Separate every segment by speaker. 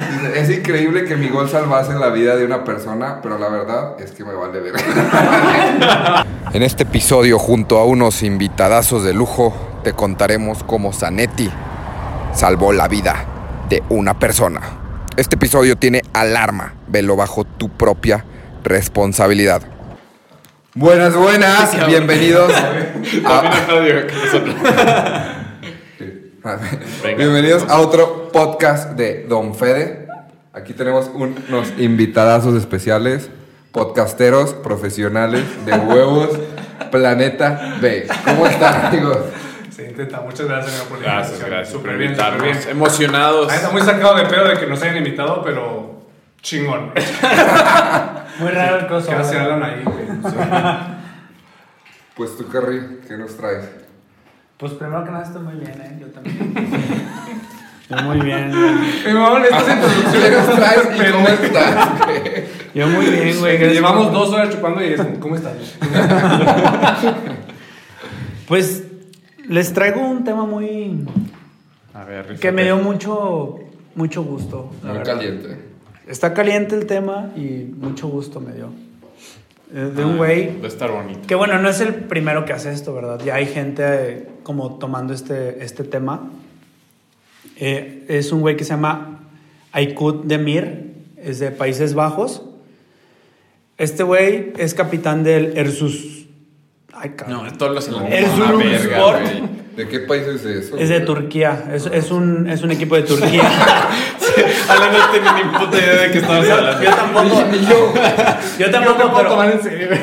Speaker 1: Es increíble que mi gol salvase la vida de una persona, pero la verdad es que me vale ver. en este episodio, junto a unos invitadazos de lujo, te contaremos cómo Zanetti salvó la vida de una persona. Este episodio tiene alarma, velo bajo tu propia responsabilidad. Buenas, buenas, bienvenidos
Speaker 2: Ah.
Speaker 1: a, bienvenidos a otro podcast de Don Fede. Aquí tenemos un- unos invitadazos especiales, podcasteros, profesionales de huevos, Planeta B. ¿Cómo están, amigos?
Speaker 3: Se intenta, muchas gracias señor, por la
Speaker 2: Gracias,
Speaker 3: invitación.
Speaker 2: gracias por
Speaker 3: Súper bien, súper bien.
Speaker 2: invitarnos. Emocionados.
Speaker 3: Ah, Está muy sacado de pedo de que nos hayan invitado, pero chingón.
Speaker 4: Muy raro el coso.
Speaker 3: Gracias
Speaker 4: ¿verdad?
Speaker 3: Alan ahí, güey. Sí.
Speaker 1: Pues tú, Carrie, ¿qué nos traes?
Speaker 4: Pues primero que nada estoy muy bien, ¿eh? Yo también. Yo muy bien.
Speaker 3: Mi mamá, estas
Speaker 1: ¿Qué
Speaker 3: introducciones
Speaker 1: nos
Speaker 3: son
Speaker 1: traes y cómo
Speaker 3: pendejas.
Speaker 1: estás?
Speaker 4: Yo muy bien, güey. gracias.
Speaker 3: Llevamos dos horas chupando y es como, ¿cómo estás?
Speaker 4: Pues les traigo un tema muy.
Speaker 2: A
Speaker 3: Pues,
Speaker 2: ver,
Speaker 4: que me dio mucho. Mucho gusto. la
Speaker 1: Muy
Speaker 4: verdad.
Speaker 1: caliente.
Speaker 4: Está caliente el tema y mucho gusto me dio. Eh,
Speaker 1: Ah.
Speaker 4: De un güey
Speaker 2: Ah, Va a estar bonito.
Speaker 4: Que bueno, no es el primero que hace esto, ¿verdad? Ya hay gente eh, como tomando este, este tema. Eh, es un güey que se llama Aykut Demir, es de Países Bajos. Este güey es capitán del Ersus... Ay, cabrón.
Speaker 2: No, todos los
Speaker 4: El Zulu Sport.
Speaker 1: ¿De qué país es eso?
Speaker 4: es de Turquía, es, es un, es un equipo de Turquía.
Speaker 2: Alan no tenía ni puta idea de que estabas hablando.
Speaker 4: yo tampoco,
Speaker 1: Ni yo.
Speaker 4: yo
Speaker 3: No
Speaker 4: tampoco,
Speaker 3: te puedo
Speaker 4: pero
Speaker 3: tomar en serio. güey.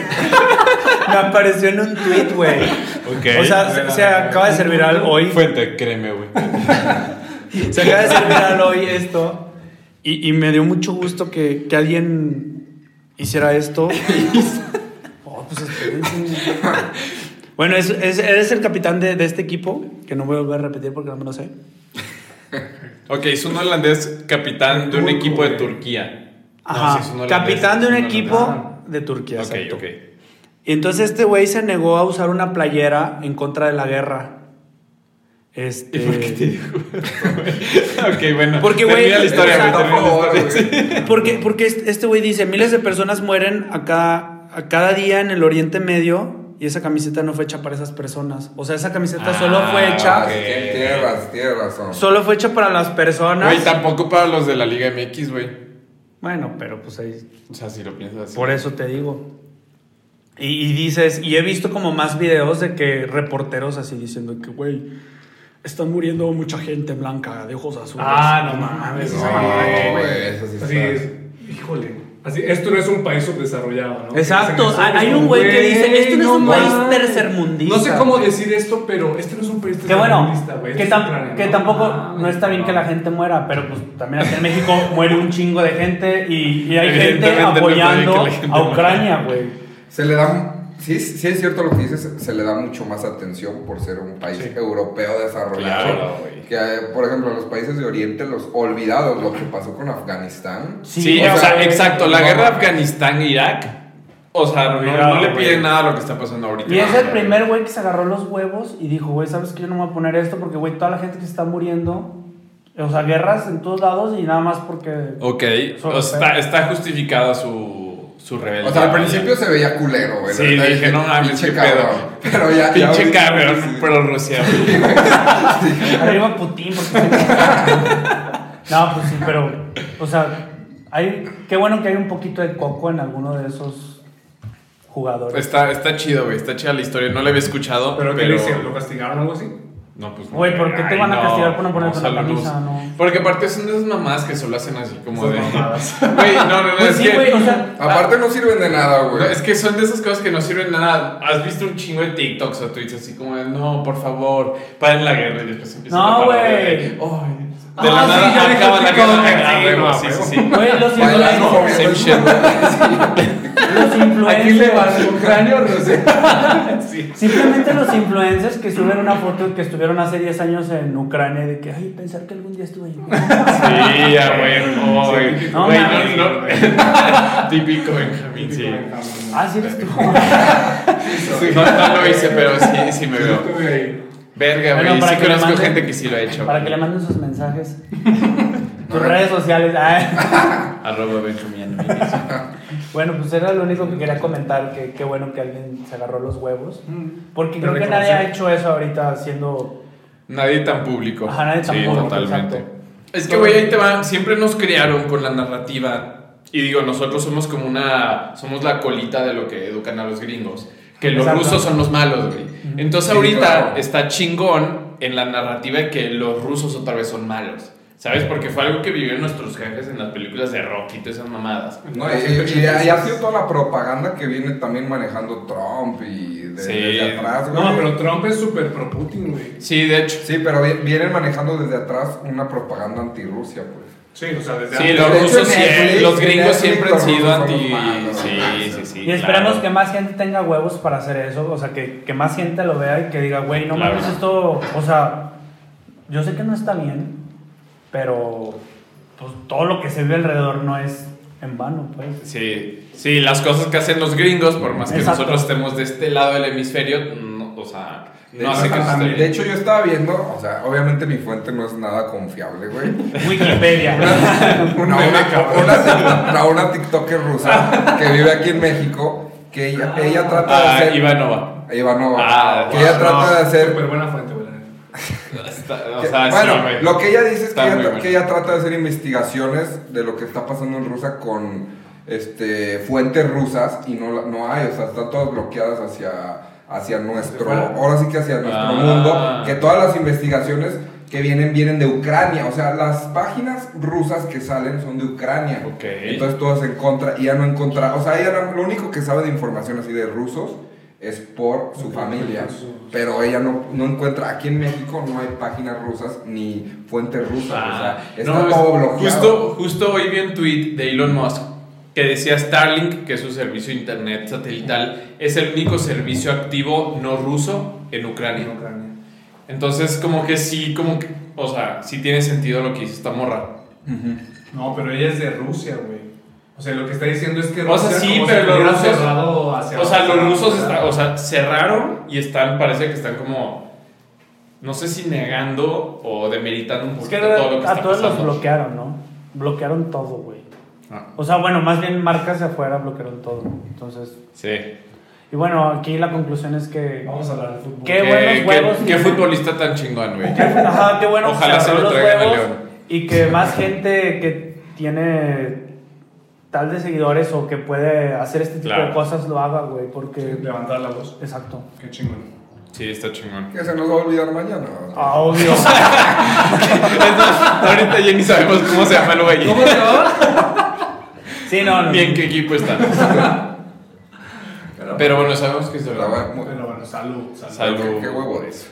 Speaker 4: me apareció en un tweet, güey.
Speaker 2: Ok.
Speaker 4: O sea, se, se acaba de servir al hoy.
Speaker 2: Fuente, créeme, güey.
Speaker 4: Se acaba de terminar hoy esto. Y, y me dio mucho gusto que, que alguien hiciera esto. Oh, pues espérense. Bueno, es, es- eres el capitán de, de este equipo, que no voy a volver a repetir porque no me lo sé.
Speaker 2: Ok, es un holandés capitán de un
Speaker 3: Turco,
Speaker 2: equipo de
Speaker 3: güey.
Speaker 2: Turquía.
Speaker 4: Ajá.
Speaker 2: No, sí, es un holandés,
Speaker 4: capitán de un
Speaker 2: es un
Speaker 4: equipo
Speaker 3: holandés.
Speaker 4: de Turquía.
Speaker 2: Ok,
Speaker 4: exacto.
Speaker 2: ok.
Speaker 4: Y entonces este güey se negó a usar una playera en contra de la guerra. Este...
Speaker 2: Ok, bueno.
Speaker 4: Porque, güey,
Speaker 2: Termina la historia,
Speaker 4: o sea,
Speaker 2: güey. termina la historia.
Speaker 4: Porque, porque este este güey dice, miles de personas mueren a cada, a cada día en el Oriente Medio y esa camiseta no fue hecha para esas personas. O sea, esa camiseta solo
Speaker 2: Ah,
Speaker 4: fue hecha...
Speaker 2: ok.
Speaker 1: Tienes razón, tienes razón.
Speaker 4: Solo fue hecha para las personas.
Speaker 2: Güey, tampoco para los de la Liga MX, güey.
Speaker 4: bueno, pero pues ahí...
Speaker 2: O sea, si lo piensas así.
Speaker 4: Por eso te digo. Y, y dices, y he visto como más videos de que reporteros así diciendo que, güey, están muriendo mucha gente blanca de ojos azules.
Speaker 3: Ah, no mames.
Speaker 1: No,
Speaker 3: esa mamada,
Speaker 1: güey, eso sí
Speaker 3: Así
Speaker 1: está.
Speaker 3: es. Híjole. Así, esto no es un país subdesarrollado, ¿no?
Speaker 4: Exacto,
Speaker 3: Dicen eso,
Speaker 4: hay
Speaker 3: como,
Speaker 4: un güey que dice, "Esto no es un país
Speaker 3: mames".
Speaker 4: tercermundista,
Speaker 3: No sé cómo
Speaker 4: güey.
Speaker 3: decir esto, pero este no es un país
Speaker 4: Que bueno,
Speaker 3: tercermundista, güey.
Speaker 4: que,
Speaker 3: Esto es
Speaker 4: tam-
Speaker 3: Ucrania,
Speaker 4: que
Speaker 3: ¿no?
Speaker 4: tampoco
Speaker 3: Ah,
Speaker 4: no está bien que la gente muera, pero pues también aquí en México muere un chingo de gente y, y hay gente
Speaker 2: Evidentemente no está bien que
Speaker 4: apoyando
Speaker 2: la gente
Speaker 4: a Ucrania, güey.
Speaker 1: Se le da. Sí, sí es cierto lo que dices, se le da mucho más atención por ser un país europeo desarrollado.
Speaker 2: Claro, güey.
Speaker 1: que, eh, por ejemplo, los países de Oriente, los olvidados, lo que pasó con Afganistán.
Speaker 2: Sí, o sea, exacto. La guerra de Afganistán-Irak. O sea, no, no le piden nada a lo que está pasando ahorita.
Speaker 4: Y es el
Speaker 2: Claro.
Speaker 4: primer güey que se agarró los huevos y dijo, güey, ¿sabes qué? Yo no me voy a poner esto porque, güey, toda la gente que se está muriendo, o sea, guerras en todos lados y nada más porque...
Speaker 2: Ok,
Speaker 4: Solo
Speaker 2: o sea, está,
Speaker 4: perro.
Speaker 2: está justificada su, su
Speaker 1: O
Speaker 2: rebelión.
Speaker 1: sea, al principio se veía culero, güey. la
Speaker 2: Sí,
Speaker 1: neta,
Speaker 2: dije, no mames,
Speaker 1: pinche
Speaker 2: qué pedo.
Speaker 1: cabrón. Pero ya. ya
Speaker 2: Pinche
Speaker 1: ahorita-
Speaker 2: cabrón, pero Rusia.
Speaker 4: Arriba Putin, porque... no, pues sí, pero, o sea, hay... Qué bueno que hay un poquito de coco en alguno de esos jugadores.
Speaker 2: Está, está chido, güey. Está chida la historia. No la había escuchado.
Speaker 3: ¿Pero
Speaker 2: Pero,
Speaker 3: qué le hicieron? ¿Lo castigaron o algo así?
Speaker 2: No, pues. no.
Speaker 4: Güey, ¿por qué te
Speaker 2: Ay,
Speaker 4: van a castigar por no ponerte la
Speaker 2: saludos.
Speaker 4: camisa, no?
Speaker 2: Porque aparte son esas mamás que solo hacen así como
Speaker 3: Esas
Speaker 2: de.
Speaker 3: mamadas.
Speaker 2: Güey, no, no, no.
Speaker 4: Pues
Speaker 2: es
Speaker 4: sí,
Speaker 2: que,
Speaker 4: güey, o sea...
Speaker 1: Aparte, no sirven de nada, güey.
Speaker 2: No, es que son de esas cosas que no sirven nada. Has visto un chingo de TikToks o tweets así como de, no, por favor, paren la guerra y después empiezan
Speaker 4: No,
Speaker 2: a parar
Speaker 4: güey.
Speaker 2: de- de, "Ay".
Speaker 3: Ah,
Speaker 2: De la
Speaker 3: sí,
Speaker 2: nada
Speaker 3: ya vi
Speaker 2: acaba la
Speaker 3: TikTok,
Speaker 2: guerra.
Speaker 3: sí,
Speaker 2: Ah, huevo,
Speaker 3: no,
Speaker 2: sí, sí,
Speaker 3: huevo.
Speaker 2: sí.
Speaker 4: Güey, los
Speaker 1: Bailando,
Speaker 4: influencers...
Speaker 2: same
Speaker 1: güey.
Speaker 2: shit,
Speaker 4: Los influencers...
Speaker 1: Aquí le vas Ucrania o Rusia.
Speaker 4: Simplemente los influencers que suben una foto que estuvieron hace 10 años en Ucrania de que, ay, pensar que algún día estuve ahí.
Speaker 2: Sí, ya, güey. No, güey,
Speaker 4: No mames.
Speaker 2: no, no. Típico Benjamín, sí.
Speaker 4: ah, sí eres tú.
Speaker 2: No, no lo hice, pero sí, sí me veo.
Speaker 3: Estuve ahí.
Speaker 2: Verga,
Speaker 4: Bueno,
Speaker 2: güey.
Speaker 4: para
Speaker 2: Sí
Speaker 4: que le
Speaker 2: conozco
Speaker 4: manden-
Speaker 2: gente que sí lo ha hecho.
Speaker 4: Para que le manden sus mensajes.
Speaker 1: No,
Speaker 4: Tus redes sociales. ah.
Speaker 2: Arroba Benjamín. Ramírez.
Speaker 4: Bueno, pues era lo único que quería comentar, que qué bueno que alguien se agarró los huevos. Porque
Speaker 5: Pero
Speaker 4: creo que nadie ha
Speaker 5: reconocer.
Speaker 4: hecho eso ahorita haciendo...
Speaker 2: Nadie tan público.
Speaker 4: Ajá, nadie tan
Speaker 2: sí,
Speaker 4: público,
Speaker 2: totalmente.
Speaker 4: exacto.
Speaker 2: Es que, güey, ahí te va. Siempre nos crearon con la narrativa. Y digo, nosotros somos como una. Somos la colita de lo que educan a los gringos. Que los
Speaker 4: Exacto.
Speaker 2: rusos son los malos, güey. Entonces,
Speaker 1: Sí,
Speaker 2: ahorita
Speaker 1: claro.
Speaker 2: está chingón en la narrativa de que los rusos otra vez son malos. ¿Sabes? Porque fue algo que vivieron nuestros jefes en las películas de Rocky, todas esas mamadas.
Speaker 1: No, y, y- y ha sido toda la propaganda que viene también manejando Trump y de-
Speaker 2: Sí.
Speaker 1: desde atrás, güey.
Speaker 3: No, pero Trump es súper pro Putin, güey.
Speaker 2: Sí, de hecho.
Speaker 1: Sí, pero vi- vienen manejando desde atrás una propaganda anti-Rusia, pues.
Speaker 3: Sí, o sea, desde
Speaker 2: Sí,
Speaker 3: antes.
Speaker 2: los
Speaker 1: De hecho,
Speaker 2: rusos,
Speaker 1: en
Speaker 2: siempre-
Speaker 1: Netflix-
Speaker 2: los
Speaker 1: en
Speaker 2: gringos
Speaker 1: Netflix
Speaker 2: siempre han
Speaker 1: los
Speaker 2: sido
Speaker 1: rusos son
Speaker 2: anti.
Speaker 1: malos.
Speaker 2: Sí, sí, sí.
Speaker 4: y esperamos
Speaker 2: claro.
Speaker 4: que más gente tenga huevos para hacer eso, o sea, que, que más gente lo vea y que diga, güey, no
Speaker 2: Claro.
Speaker 4: mames esto, o sea, yo sé que no está bien, pero pues todo lo que se ve alrededor no es en vano, pues.
Speaker 2: Sí, sí, las cosas que hacen los gringos, por más que
Speaker 4: Exacto.
Speaker 2: nosotros estemos de este lado del hemisferio, no, o sea, no hace que eso esté bien.
Speaker 1: De hecho, yo estaba viendo, o sea, obviamente mi fuente no es nada confiable, güey.
Speaker 4: Wikipedia.
Speaker 1: Una, una, una, una, una TikToker rusa que vive aquí en México, que ella, ella trata de
Speaker 2: Ah,
Speaker 1: hacer...
Speaker 2: Ivanova.
Speaker 1: Ivanova.
Speaker 2: Ah,
Speaker 1: que ella trata de hacer...
Speaker 3: Súper buena fuente, güey. la neta.
Speaker 2: Está- o
Speaker 1: Que-
Speaker 2: sea, sí,
Speaker 1: bueno,
Speaker 2: güey.
Speaker 1: lo que ella dice es que
Speaker 2: Está
Speaker 1: ella,
Speaker 2: muy bueno.
Speaker 1: que ella trata de hacer investigaciones de lo que está pasando en Rusia con este, fuentes rusas y no, la- no hay, o sea, están todas bloqueadas hacia, hacia nuestro,
Speaker 3: fuera.
Speaker 1: ahora sí que hacia nuestro
Speaker 2: Ah.
Speaker 1: mundo, que todas las investigaciones que vienen vienen de Ucrania, o sea, las páginas rusas que salen son de Ucrania,
Speaker 2: Ok.
Speaker 1: entonces todas en contra, y ya no encontra, o sea, ella no- lo único que sabe de información así de rusos es por su familia. Pero ella no, no encuentra, aquí en México no hay páginas rusas ni fuentes rusas.
Speaker 2: Ah,
Speaker 1: o sea, está
Speaker 2: no,
Speaker 1: todo
Speaker 2: es-
Speaker 1: bloqueado.
Speaker 2: Justo, justo hoy vi un tweet de Elon Musk que decía Starlink, que es su servicio de internet satelital, es el único servicio activo no ruso en Ucrania. Entonces, como que sí, como que, o sea, sí tiene sentido lo que hizo esta morra.
Speaker 3: No, pero ella es de Rusia, güey. O sea, lo que está diciendo es que
Speaker 2: O sea,
Speaker 3: Rusia
Speaker 2: sí,
Speaker 3: como
Speaker 2: pero
Speaker 3: si
Speaker 2: los
Speaker 3: hubiera
Speaker 2: rusos-
Speaker 3: cerrado hacia
Speaker 2: O sea, los
Speaker 3: abajo.
Speaker 2: rusos está- o sea, cerraron y están, parece que están como, no sé si negando o demeritando un
Speaker 4: Es
Speaker 2: poquito
Speaker 4: que
Speaker 2: todo lo que
Speaker 4: a
Speaker 2: está
Speaker 4: todos los
Speaker 2: pasando.
Speaker 4: bloquearon, ¿no? Bloquearon todo, güey.
Speaker 2: Ah.
Speaker 4: O sea, bueno, más bien marcas de afuera bloquearon todo. Entonces,
Speaker 2: Sí.
Speaker 4: y bueno, aquí la conclusión es que...
Speaker 3: Vamos a hablar de fútbol.
Speaker 4: Qué buenos huevos.
Speaker 2: qué futbolista tan chingón, güey.
Speaker 4: Ajá, qué bueno que
Speaker 2: Ojalá se
Speaker 4: agarró
Speaker 2: lo
Speaker 4: los
Speaker 2: traigan a
Speaker 4: huevos
Speaker 2: León.
Speaker 4: Y que más gente que tiene tal de seguidores o que puede hacer este tipo
Speaker 2: Claro.
Speaker 4: de cosas lo haga, güey, porque...
Speaker 3: Levantar la voz.
Speaker 4: Exacto.
Speaker 3: Qué chingón.
Speaker 2: Sí, está chingón.
Speaker 1: Que se nos va a olvidar mañana.
Speaker 4: Ah, obvio.
Speaker 2: Ahorita ya ni sabemos cómo se llama el güey.
Speaker 4: sí, no, no.
Speaker 2: Bien, qué equipo está. Pero bueno, sabemos que se
Speaker 1: Pero
Speaker 2: va.
Speaker 1: bueno,
Speaker 3: Pero bueno, salud. Salud.
Speaker 2: Salud.
Speaker 1: ¿qué, qué huevo de eso.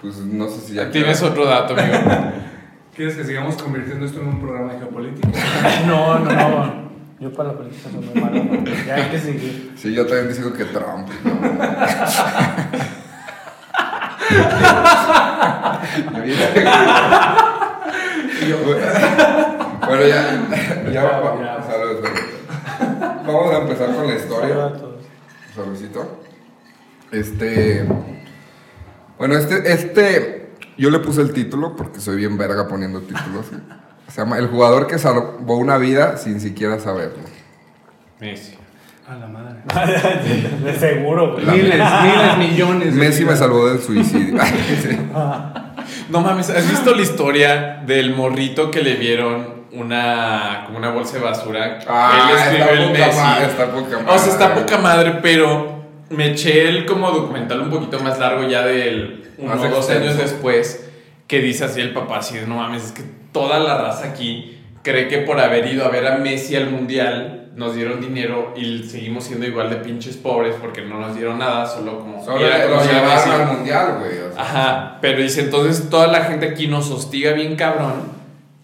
Speaker 1: Pues no sé si ya.
Speaker 2: Tienes otro dato, amigo.
Speaker 3: ¿Quieres que sigamos convirtiendo esto en un programa de geopolítica?
Speaker 4: No, no, no. Yo para la política soy muy malo. güey. Ya hay que seguir.
Speaker 1: Sí, yo también digo que Trump. Me viene- bueno, ya, ya, vamos, saludos, saludos. Vamos a empezar con la historia.
Speaker 4: Saludos a todos.
Speaker 1: Saludcito. Este. Bueno, este, este. Yo le puse el título porque soy bien verga poniendo títulos. Se llama El jugador que salvó una vida sin siquiera saberlo.
Speaker 2: Messi.
Speaker 3: A la madre.
Speaker 4: De seguro,
Speaker 2: Pues
Speaker 4: güey.
Speaker 1: La-
Speaker 3: Miles, miles, millones. de
Speaker 1: Messi me
Speaker 3: vidas.
Speaker 1: salvó del suicidio. Sí.
Speaker 2: No mames, ¿has visto la historia del morrito que le vieron una como una bolsa de basura?
Speaker 1: Ah,
Speaker 2: Él escribió
Speaker 1: está
Speaker 2: el
Speaker 1: poca
Speaker 2: Messi.
Speaker 1: madre, está poca
Speaker 2: O sea, está
Speaker 1: madre.
Speaker 2: poca madre, pero me eché el como documental un poquito más largo ya del uno
Speaker 1: Más
Speaker 2: o dos
Speaker 1: extenso.
Speaker 2: años después que dice así el papá así de, no mames, es que toda la raza aquí cree que por haber ido a ver a Messi al mundial nos dieron dinero y seguimos siendo igual de pinches pobres porque no nos dieron nada, solo como
Speaker 1: Solo
Speaker 2: era
Speaker 1: lo
Speaker 2: conocer a Messi.
Speaker 1: llevaron al mundial, güey. o sea.
Speaker 2: Ajá, pero dice entonces toda la gente aquí nos hostiga bien cabrón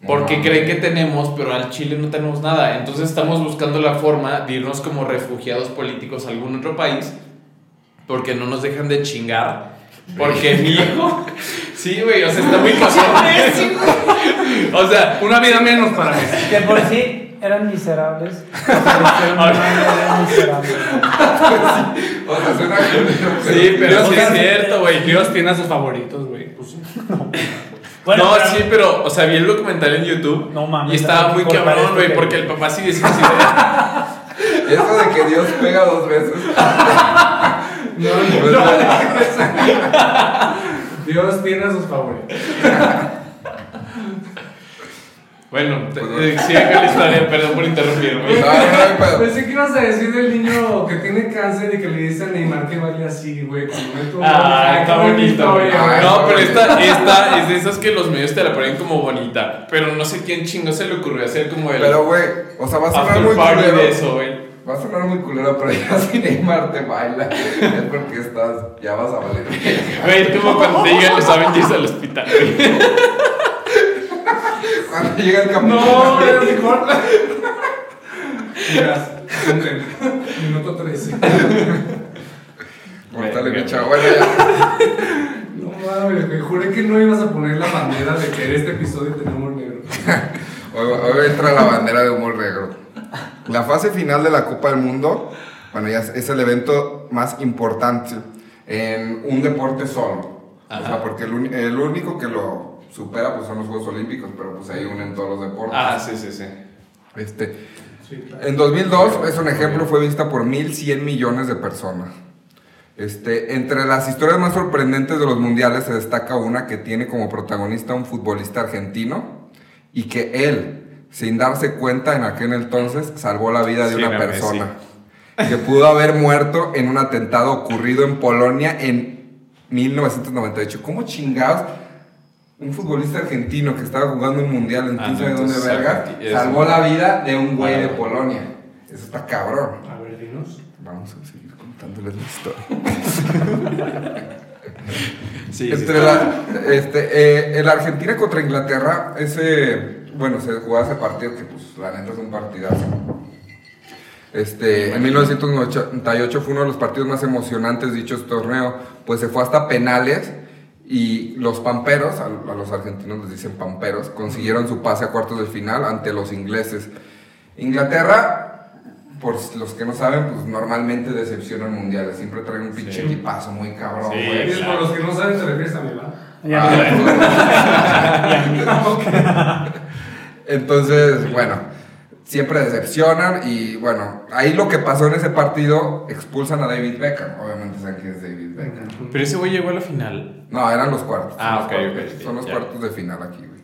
Speaker 2: porque
Speaker 1: Ajá.
Speaker 2: creen que tenemos, pero al Chile no tenemos nada. Entonces estamos buscando la forma de irnos como refugiados políticos a algún otro país porque no nos dejan de chingar. Porque mi hijo, sí, güey, o sea, está muy cabrón. o sea,
Speaker 3: Una vida menos para Messi.
Speaker 4: Que por sí eran miserables. Eran miserables.
Speaker 1: O sea, suena culero,
Speaker 2: sí, pero
Speaker 3: Dios
Speaker 2: sí es
Speaker 3: tiene-
Speaker 2: cierto, güey.
Speaker 3: Dios tiene a sus favoritos, güey. Pues sí.
Speaker 4: Bueno,
Speaker 2: no,
Speaker 4: pero-
Speaker 2: sí, pero, o sea, vi el documental en YouTube.
Speaker 4: No mames,
Speaker 2: Y estaba
Speaker 4: hay
Speaker 2: muy
Speaker 4: que cortar
Speaker 2: cabrón,
Speaker 4: esto,
Speaker 2: güey,
Speaker 4: que-
Speaker 2: porque el papá sigue sin idea.
Speaker 1: Eso de que Dios pega dos veces.
Speaker 3: No,
Speaker 1: Pues,
Speaker 3: no, Dios tiene a sus favoritos.
Speaker 2: Bueno, te- eh, sigue con la historia, perdón por interrumpirme.
Speaker 1: No, Ah, no hay pedo.
Speaker 3: Pensé que ibas a decir del niño que tiene cáncer y que le dice a Neymar que baile así, güey. como me tuvo-
Speaker 2: Ah,
Speaker 3: Ay,
Speaker 2: está
Speaker 3: qué
Speaker 2: bonito, güey.
Speaker 1: Ay,
Speaker 3: No,
Speaker 1: está
Speaker 2: No, pero
Speaker 1: bonito.
Speaker 2: esta, esta es de esas que los medios te la ponen como bonita. Pero no sé quién chingo se le ocurrió hacer como el
Speaker 1: Pero, güey, o sea, va a sonar muy
Speaker 2: after party
Speaker 1: culero.
Speaker 2: de eso, güey.
Speaker 1: Va a sonar muy culero, pero ya si Neymar te baila, es porque estás, ya vas a valer.
Speaker 2: Güey, como cuando te llegan los Avengers al hospital, güey.
Speaker 1: Cuando llega el campeón.
Speaker 3: No, era mejor. Mira, hombre, minuto 13.
Speaker 1: Cortale,
Speaker 2: Venga.
Speaker 1: mi chavo. Bueno, ya.
Speaker 3: No mames, güey. Juré que no ibas a poner la bandera de que en este episodio tenemos negro.
Speaker 1: Hoy, hoy entra la bandera de humor negro. La fase final de la Copa del Mundo, bueno, ya es, es el evento más importante en un deporte solo. O sea, porque el, uni- el único que lo supera pues son los Juegos Olímpicos, pero pues ahí unen todos los deportes.
Speaker 2: Ah, sí, sí, sí.
Speaker 1: Este,
Speaker 3: Sí, claro.
Speaker 1: En 2002, es un ejemplo, fue vista por 1.100 millones de personas. Este, entre las historias más sorprendentes de los mundiales se destaca una que tiene como protagonista un futbolista argentino y que él, sin darse cuenta en aquel entonces, salvó la vida de
Speaker 2: Sí,
Speaker 1: una
Speaker 2: mame,
Speaker 1: persona que pudo haber muerto en un atentado ocurrido en Polonia en 1998. ¿Cómo chingados? Un futbolista argentino que estaba jugando un mundial en
Speaker 2: Ah,
Speaker 1: quién
Speaker 2: no,
Speaker 1: sabe dónde
Speaker 2: entonces,
Speaker 1: verga,
Speaker 2: es-
Speaker 1: salvó la vida de un güey de
Speaker 2: Ah.
Speaker 1: Polonia. Eso está cabrón.
Speaker 3: A ver, dinos.
Speaker 1: Vamos a seguir contándoles la historia.
Speaker 2: Sí, sí.
Speaker 1: Entre la, este, eh, el Argentina contra Inglaterra, ese, bueno, se jugaba ese partido que, pues, la neta es un partidazo. Este, en 1988 fue uno de los partidos más emocionantes de dicho torneo, pues se fue hasta penales y los pamperos, a, a los argentinos les dicen pamperos, consiguieron su pase a cuartos de final ante los ingleses. Inglaterra, por los que no saben, pues normalmente decepcionan mundiales, siempre traen un pinche
Speaker 2: Sí.
Speaker 1: equipazo muy cabrón.
Speaker 2: Sí,
Speaker 1: güey.
Speaker 3: Y Por los que no saben, te refieres a mi mamá.
Speaker 2: Ah,
Speaker 4: Ya me-
Speaker 1: Entonces, bueno, siempre decepcionan y bueno, ahí lo que pasó en ese partido, expulsan a David Beckham. Obviamente saben quién es David Beckham.
Speaker 2: Pero ese güey llegó a la final.
Speaker 1: No, eran los cuartos. son los
Speaker 2: Ah, ok,
Speaker 1: cuartos.
Speaker 2: ok,
Speaker 1: Son los
Speaker 2: ya.
Speaker 1: cuartos de final aquí, güey.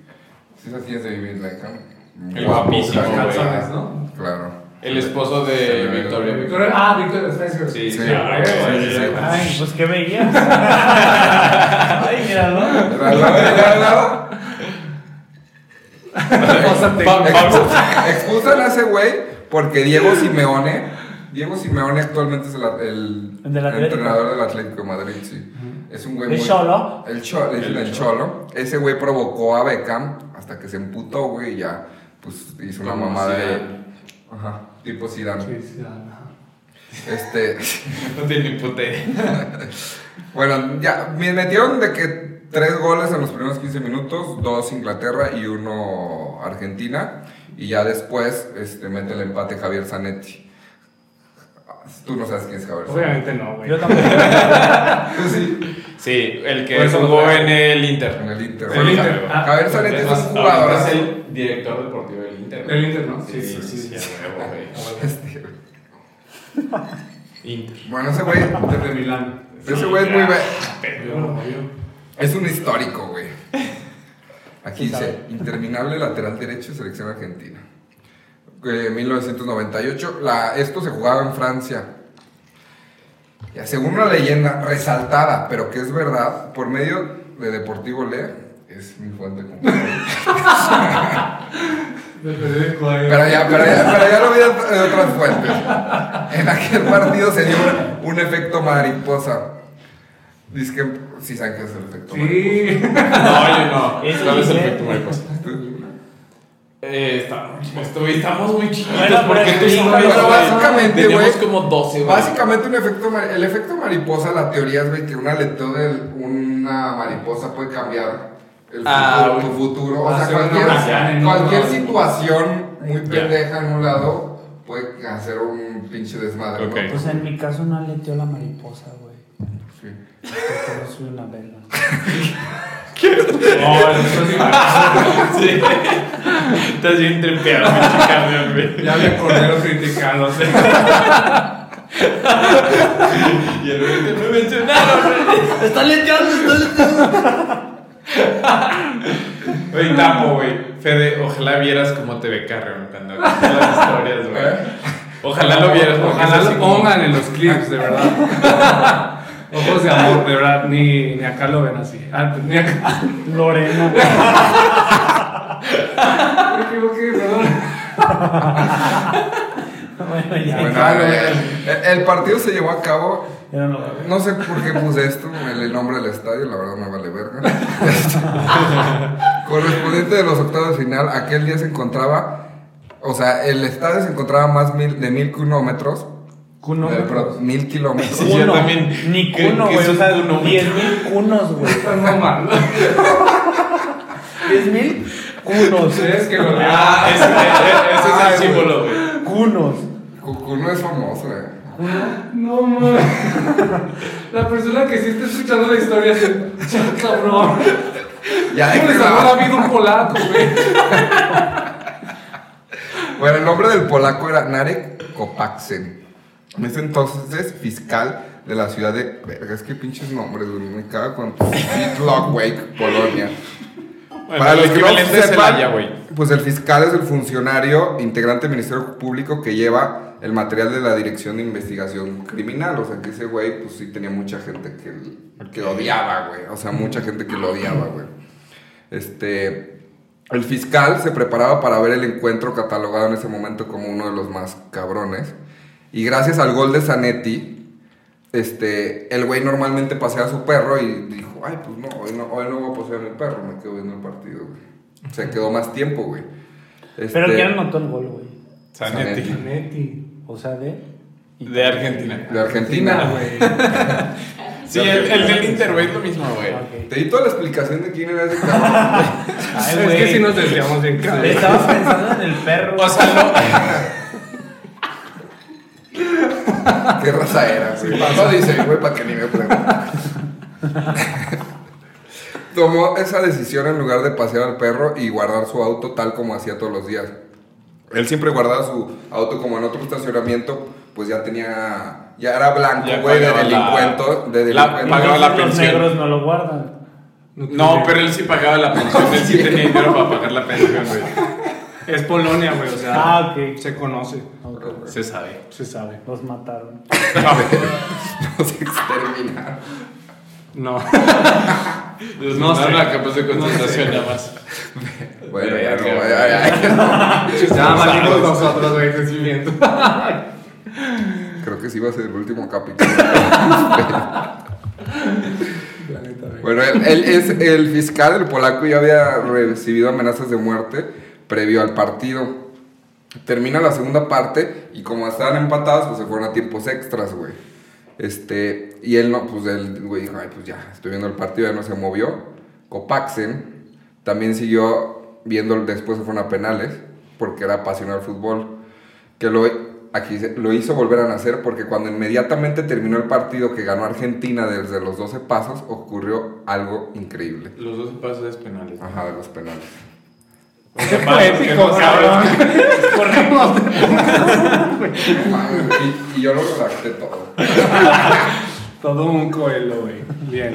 Speaker 1: Sí, sabes quién es David Beckham.
Speaker 2: El
Speaker 1: Guapo,
Speaker 2: guapísimo,
Speaker 1: gran
Speaker 2: güey.
Speaker 1: calzones,
Speaker 3: ¿no?
Speaker 1: Claro.
Speaker 2: El esposo de Victoria.
Speaker 3: Victoria- Ah, Victoria Spencer.
Speaker 2: Sí,
Speaker 1: Sí,
Speaker 2: sí, claro,
Speaker 1: sí,
Speaker 2: güey.
Speaker 1: sí, sí.
Speaker 4: Ay, pues qué veías. Ay, míralo.
Speaker 1: ¿Era al lado? ¿Era al lado?
Speaker 2: Pa- Pablo-
Speaker 1: Expulsan a ese güey porque Diego Simeone, Diego Simeone actualmente es el, el
Speaker 4: El del Atlético.
Speaker 1: entrenador del Atlético de Madrid, sí. Es un güey
Speaker 4: ¿El
Speaker 1: muy-
Speaker 4: Cholo?
Speaker 1: El Cholo, el, el Cholo. Ese güey provocó a Beckham hasta que se emputó, güey, y ya pues hizo una
Speaker 2: Como
Speaker 1: mamada de
Speaker 2: Zidane.
Speaker 1: ajá, tipo Zidane.
Speaker 3: Sí, sí, ah, ajá.
Speaker 1: Este,
Speaker 2: No tiene ni puta idea.
Speaker 1: bueno, ya me metieron de que tres goles en los primeros 15 minutos, dos Inglaterra y uno Argentina, y ya después este mete el empate Javier Zanetti. Tú no sabes quién es Javier. Zanetti.
Speaker 3: Obviamente no, güey.
Speaker 4: Yo tampoco.
Speaker 1: Tú sí,
Speaker 2: Sí, el que
Speaker 3: Por eso
Speaker 2: jugó
Speaker 3: lo
Speaker 2: en el
Speaker 1: en
Speaker 2: Inter.
Speaker 1: el Inter.
Speaker 3: El Inter.
Speaker 1: Ja-
Speaker 3: Ah, pues,
Speaker 1: Javier Zanetti es un
Speaker 2: Además,
Speaker 1: jugador.
Speaker 2: ahorita es el director deportivo del Inter.
Speaker 3: Del Inter, ¿no?
Speaker 2: Sí, sí, sí.
Speaker 3: sí, sí.
Speaker 2: a huevo, güey.
Speaker 1: Este,
Speaker 2: Inter.
Speaker 1: Bueno, ese güey,
Speaker 3: Desde Milán.
Speaker 1: ese güey es muy be-
Speaker 3: Yo no, yo.
Speaker 1: es un histórico, güey. Aquí dice, interminable lateral derecho selección argentina. Eh, 1998, la, esto se jugaba en Francia. Ya, según una leyenda resaltada, pero que es verdad, por medio de Deportivo Le, es mi fuente. confiable.
Speaker 3: Del periódico ahí.
Speaker 1: Pero ya, pero ya, pero ya lo vi de de otras fuentes. En aquel partido se dio un, un efecto mariposa. Dice que sí saben que es el efecto mariposa.
Speaker 3: Sí.
Speaker 2: No, yo
Speaker 4: Es
Speaker 2: no. ¿Cuál es el
Speaker 4: Inter.
Speaker 2: efecto mariposa? Eh, estamos, estuvi- estamos muy chiquitos
Speaker 4: Bueno, pero
Speaker 2: porque
Speaker 4: es
Speaker 2: tú
Speaker 4: que
Speaker 2: y yo,
Speaker 4: no,
Speaker 2: güey,
Speaker 4: pero
Speaker 1: básicamente,
Speaker 2: teníamos
Speaker 1: güey,
Speaker 2: como 12, güey.
Speaker 1: Básicamente un efecto, ma- el efecto mariposa, la teoría es güey, que un aletón de una mariposa puede cambiar el
Speaker 2: Ah,
Speaker 1: futuro, tu
Speaker 2: güey.
Speaker 1: futuro. O sea,
Speaker 3: Hacer una
Speaker 1: cualquier,
Speaker 3: oración en
Speaker 1: cualquier
Speaker 3: otro.
Speaker 1: situación muy
Speaker 2: Ya.
Speaker 1: pendeja en un lado puede hacer un pinche desmadre. ¿no?
Speaker 2: Ok.
Speaker 4: Pues en mi caso no aleteó la mariposa, güey.
Speaker 1: Sí.
Speaker 4: Porque no soy una verga.
Speaker 3: No, eso sí
Speaker 2: Sí. Estás bien trepeado, pinche camión,
Speaker 3: me-
Speaker 2: güey.
Speaker 3: Ya me corrieron criticando. sí.
Speaker 2: Y el güey que no mencionaron,
Speaker 4: ¡Está leteando! ¡Está
Speaker 2: güey. tapo, güey. Fede, ojalá vieras cómo te ve Carrion cuando cuenta las historias,
Speaker 1: ¿Eh?
Speaker 2: güey. Ojalá lo vieras, porque
Speaker 3: Ojalá
Speaker 2: es
Speaker 3: lo
Speaker 2: así como-
Speaker 3: pongan en los clips, de verdad. Ojos de amor, de verdad. Ni, ni acá lo ven así. Ah, ni acá.
Speaker 4: Lorena.
Speaker 3: Me equivoqué, perdón.
Speaker 4: Bueno, ya.
Speaker 1: Bueno,
Speaker 3: Claro,
Speaker 1: el, el partido se llevó a cabo.
Speaker 4: Ya no lo veo.
Speaker 1: No sé por qué puse esto, el, el nombre del estadio, la verdad me vale verga. Correspondiente de los octavos de final, aquel día se encontraba, o sea, el estadio se encontraba más mil- de mil kilómetros.
Speaker 4: Cuno.
Speaker 1: de- pero, mil kilómetros.
Speaker 2: Sí, yo también.
Speaker 4: Ni
Speaker 2: ¿Qué-
Speaker 4: cuno,
Speaker 2: qué
Speaker 4: güey.
Speaker 2: es
Speaker 4: O
Speaker 2: un
Speaker 4: sea,
Speaker 2: cuno, güey?
Speaker 4: 10.000 cunos, güey.
Speaker 3: No mal.
Speaker 4: 10.000 cunos.
Speaker 3: Ustedes que lo vean.
Speaker 2: Ah, ese, e- e- ese
Speaker 1: Ay,
Speaker 2: es el
Speaker 1: güey.
Speaker 2: símbolo, güey.
Speaker 4: Cunos.
Speaker 1: Cucú no es famoso, eh.
Speaker 3: No mames. La persona que sí está escuchando la historia se. "Chao, cabrón.
Speaker 1: Ya,
Speaker 3: ¿Cómo
Speaker 1: déjenla.
Speaker 3: les habrá habido un polaco, güey?
Speaker 1: Bueno, el nombre del polaco era Narek Kopaxen. En ese entonces fiscal de la ciudad de. Verga, es que pinches nombres, güey. Me cago con. Wake, Polonia.
Speaker 2: Bueno, el equivalente es Celaya, güey.
Speaker 1: pues el fiscal es el funcionario integrante del Ministerio Público que lleva el material de la Dirección de Investigación Criminal. O sea, que ese güey, pues sí tenía mucha gente que, que odiaba, güey. O sea, mucha gente que lo odiaba, güey. Este. El fiscal se preparaba para ver el encuentro catalogado en ese momento como uno de los más cabrones. Y gracias al gol de Zanetti, este, el güey normalmente pasea a su perro y dijo, ay, pues no, hoy no, hoy no voy a pasear a mi perro, me quedo viendo el partido, güey. Se quedó más tiempo, güey. Este,
Speaker 4: Pero ¿quién anotó el gol, güey?
Speaker 2: Zanetti.
Speaker 4: Neti. O sea, de.
Speaker 2: De Argentina.
Speaker 1: De Argentina, güey.
Speaker 2: Sí, el, el del Inter, güey, es lo mismo, güey.
Speaker 4: Ok.
Speaker 1: Te di toda la explicación de quién era ese cabrón.
Speaker 4: Ay,
Speaker 3: es que
Speaker 4: güey.
Speaker 3: si nos desviamos bien, cabrón.
Speaker 4: Estaba pensando en el perro.
Speaker 2: O sea, no.
Speaker 1: ¿Qué raza era? güey? No dice, güey, para que ni me pregunte. Tomó esa decisión en lugar de pasear al perro y guardar su auto tal como hacía todos los días. Él siempre guardaba su auto como en otro estacionamiento, pues ya tenía. Ya era blanco,
Speaker 2: Ya
Speaker 1: güey, de
Speaker 2: pagaba la-
Speaker 1: delincuente. De
Speaker 2: la-
Speaker 1: delincuente.
Speaker 2: pagaba la
Speaker 4: Los
Speaker 2: pensión.
Speaker 4: negros no lo guardan.
Speaker 2: No, pero él sí pagaba la pensión. Él sí tenía dinero para pagar la pensión, güey.
Speaker 3: Es Polonia, güey, o sea.
Speaker 4: Ah, ok.
Speaker 3: Se conoce,
Speaker 4: Ok.
Speaker 2: Se sabe.
Speaker 3: se sabe.
Speaker 4: Los mataron.
Speaker 1: Nos exterminaron.
Speaker 3: No.
Speaker 2: Los
Speaker 3: No
Speaker 2: no mandaron
Speaker 3: sé.
Speaker 2: a campos de concentración nada más.
Speaker 1: Bueno, ya no,
Speaker 2: Verga.
Speaker 1: ya, ya, ya no.
Speaker 3: Ya malignos nosotros, güey, que sí viendo.
Speaker 1: Creo que sí va a ser el último capítulo. Bueno, él, él es el fiscal, el polaco, ya había recibido amenazas de muerte previo al partido. Termina la segunda parte y como estaban empatados, pues se fueron a tiempos extras, güey. Este, y él no, pues él, güey, dijo, ay, pues ya, estoy viendo el partido, ya no se movió. Copaxen también siguió viendo, después se fueron a penales, porque era apasionado al fútbol. Que lo, aquí se- lo hizo volver a nacer porque cuando inmediatamente terminó el partido que ganó Argentina desde los 12 pasos, ocurrió algo increíble.
Speaker 2: Los dos pasos penales.
Speaker 1: Ajá, de los penales.
Speaker 2: Qué épico, Pues, cabrón.
Speaker 1: Y, y yo lo redacté todo.
Speaker 3: Todo un coelo, güey. Bien.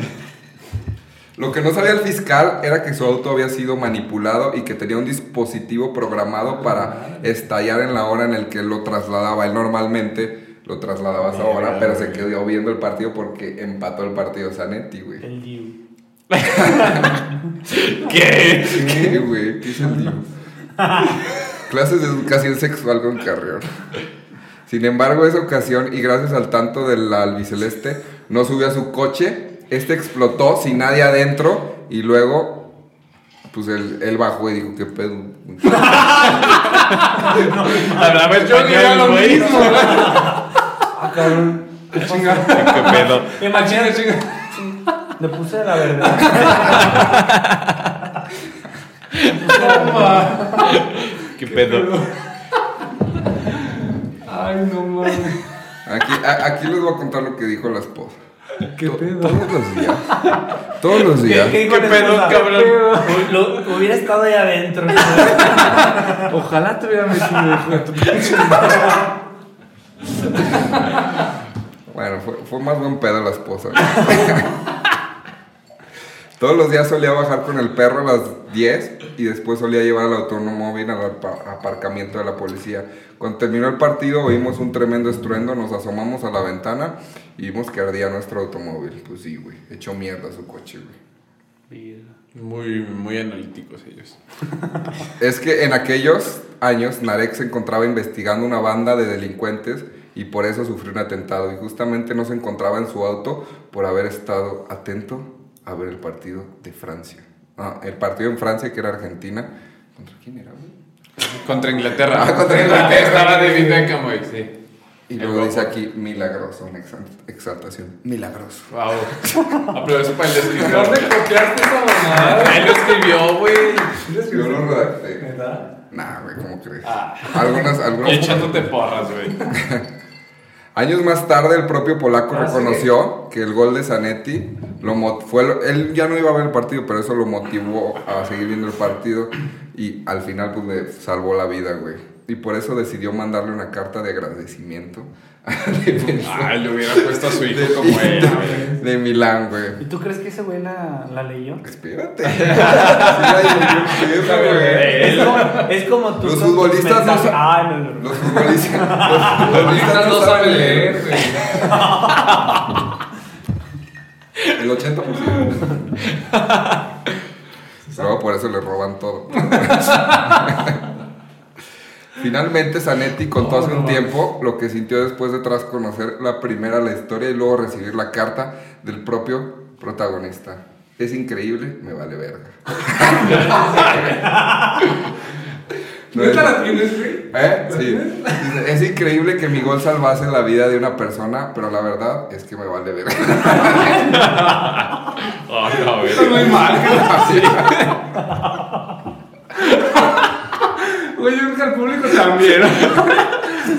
Speaker 1: Lo que no sabía el fiscal era que su auto había sido manipulado y que tenía un dispositivo programado para estallar en la hora en el que lo trasladaba. Él normalmente lo trasladaba a esa hora, pero se quedó viendo el partido porque empató el partido Zanetti, güey.
Speaker 4: El Diu.
Speaker 2: ¿Qué?
Speaker 1: ¿Qué, güey? ¿Qué sentido? Clases de educación sexual con Carrión. Sin embargo, esa ocasión, y gracias al tanto del albiceleste, no subió a su coche. Este explotó sin nadie adentro y luego, pues él, él bajó y dijo, ¿qué pedo?
Speaker 2: Hablaba
Speaker 3: Yo diría lo
Speaker 2: español, güey.
Speaker 3: mismo, güey.
Speaker 4: Ah, cabrón. ¿Qué pasa?
Speaker 2: Qué pedo.
Speaker 3: Imagínate, chinga.
Speaker 4: Le puse la verdad.
Speaker 2: Qué pedo.
Speaker 3: Ay, no mames.
Speaker 1: Aquí, a- aquí les voy a contar lo que dijo la esposa. ¿Qué pedo? Todos los días. Todos los días.
Speaker 2: ¿Qué, qué pedo, cabrón?
Speaker 4: Lo, lo hubiera estado ahí adentro. güey.
Speaker 3: Ojalá te hubiera metido, hijo de tu pinche
Speaker 1: Bueno, fue, fue más buen pedo la esposa. Todos los días solía bajar con el perro a las 10 y después solía llevar al automóvil al apa- aparcamiento de la policía. Cuando terminó el partido oímos un tremendo estruendo, nos asomamos a la ventana y vimos que ardía nuestro automóvil. Pues sí, güey, echó mierda su coche, güey.
Speaker 2: Muy, muy analíticos ellos.
Speaker 1: Es que en aquellos años Narek se encontraba investigando una banda de delincuentes y por eso sufrió un atentado y justamente no se encontraba en su auto por haber estado atento a ver el partido de Francia. Ah, el partido en Francia que era Argentina. ¿Contra quién era, güey?
Speaker 2: Contra Inglaterra.
Speaker 1: Ah, contra Inglaterra.
Speaker 2: Estaba de Beckham hoy, sí.
Speaker 1: Y
Speaker 2: El
Speaker 1: luego dice
Speaker 2: guapo.
Speaker 1: aquí milagroso, una exalt- exaltación. Milagroso.
Speaker 2: Wow. Aplauso para el
Speaker 3: ¿Dónde
Speaker 2: escritor. Ah,
Speaker 3: copiaste esa mamada?
Speaker 2: Él lo escribió, güey.
Speaker 1: Yo lo redacté.
Speaker 4: ¿Verdad?
Speaker 1: Nah, güey, ¿cómo crees?
Speaker 2: Ah.
Speaker 1: Algunas,
Speaker 2: Y
Speaker 1: algunas
Speaker 2: echándote porras, güey.
Speaker 1: Años más tarde, el propio polaco
Speaker 4: Ah, sí.
Speaker 1: reconoció que el gol de Zanetti lo mo- fue lo- él ya no iba a ver el partido, pero eso lo motivó a seguir viendo el partido y al final pues le salvó la vida, güey. Y por eso decidió mandarle una carta de agradecimiento al defensor
Speaker 2: Ay, Ah, le hubiera puesto a su hijo como él, güey.
Speaker 1: de Milán, güey.
Speaker 4: ¿Y tú crees que ese güey la, la leyó?
Speaker 1: Espérate. Sí, ay, yo quiero, güey.
Speaker 2: Eh,
Speaker 4: Es como, es como tú.
Speaker 1: Los
Speaker 4: con tus
Speaker 1: futbolistas no
Speaker 4: mensajes.
Speaker 1: son-
Speaker 4: Ah, no, no, no.
Speaker 1: Los futbolistas, los
Speaker 3: Ahorita
Speaker 1: futbolistas
Speaker 3: no sabe leer, güey.
Speaker 1: El 80%. Luego por eso le roban todo. Finalmente Zanetti contó hace un tiempo lo que sintió después de tras conocer la primera la historia y luego recibir la carta del propio protagonista. Es increíble, me vale verga. No es-
Speaker 3: ¿Neta la tienes, güey?
Speaker 1: ¿Eh? Sí. Dice, Es increíble que mi gol salvase la vida de una persona, pero la verdad es que me vale verga.
Speaker 2: Oh, no,
Speaker 3: Está
Speaker 2: güey.
Speaker 3: muy mal.
Speaker 1: Sí.
Speaker 3: Güey, yo creo que al público también.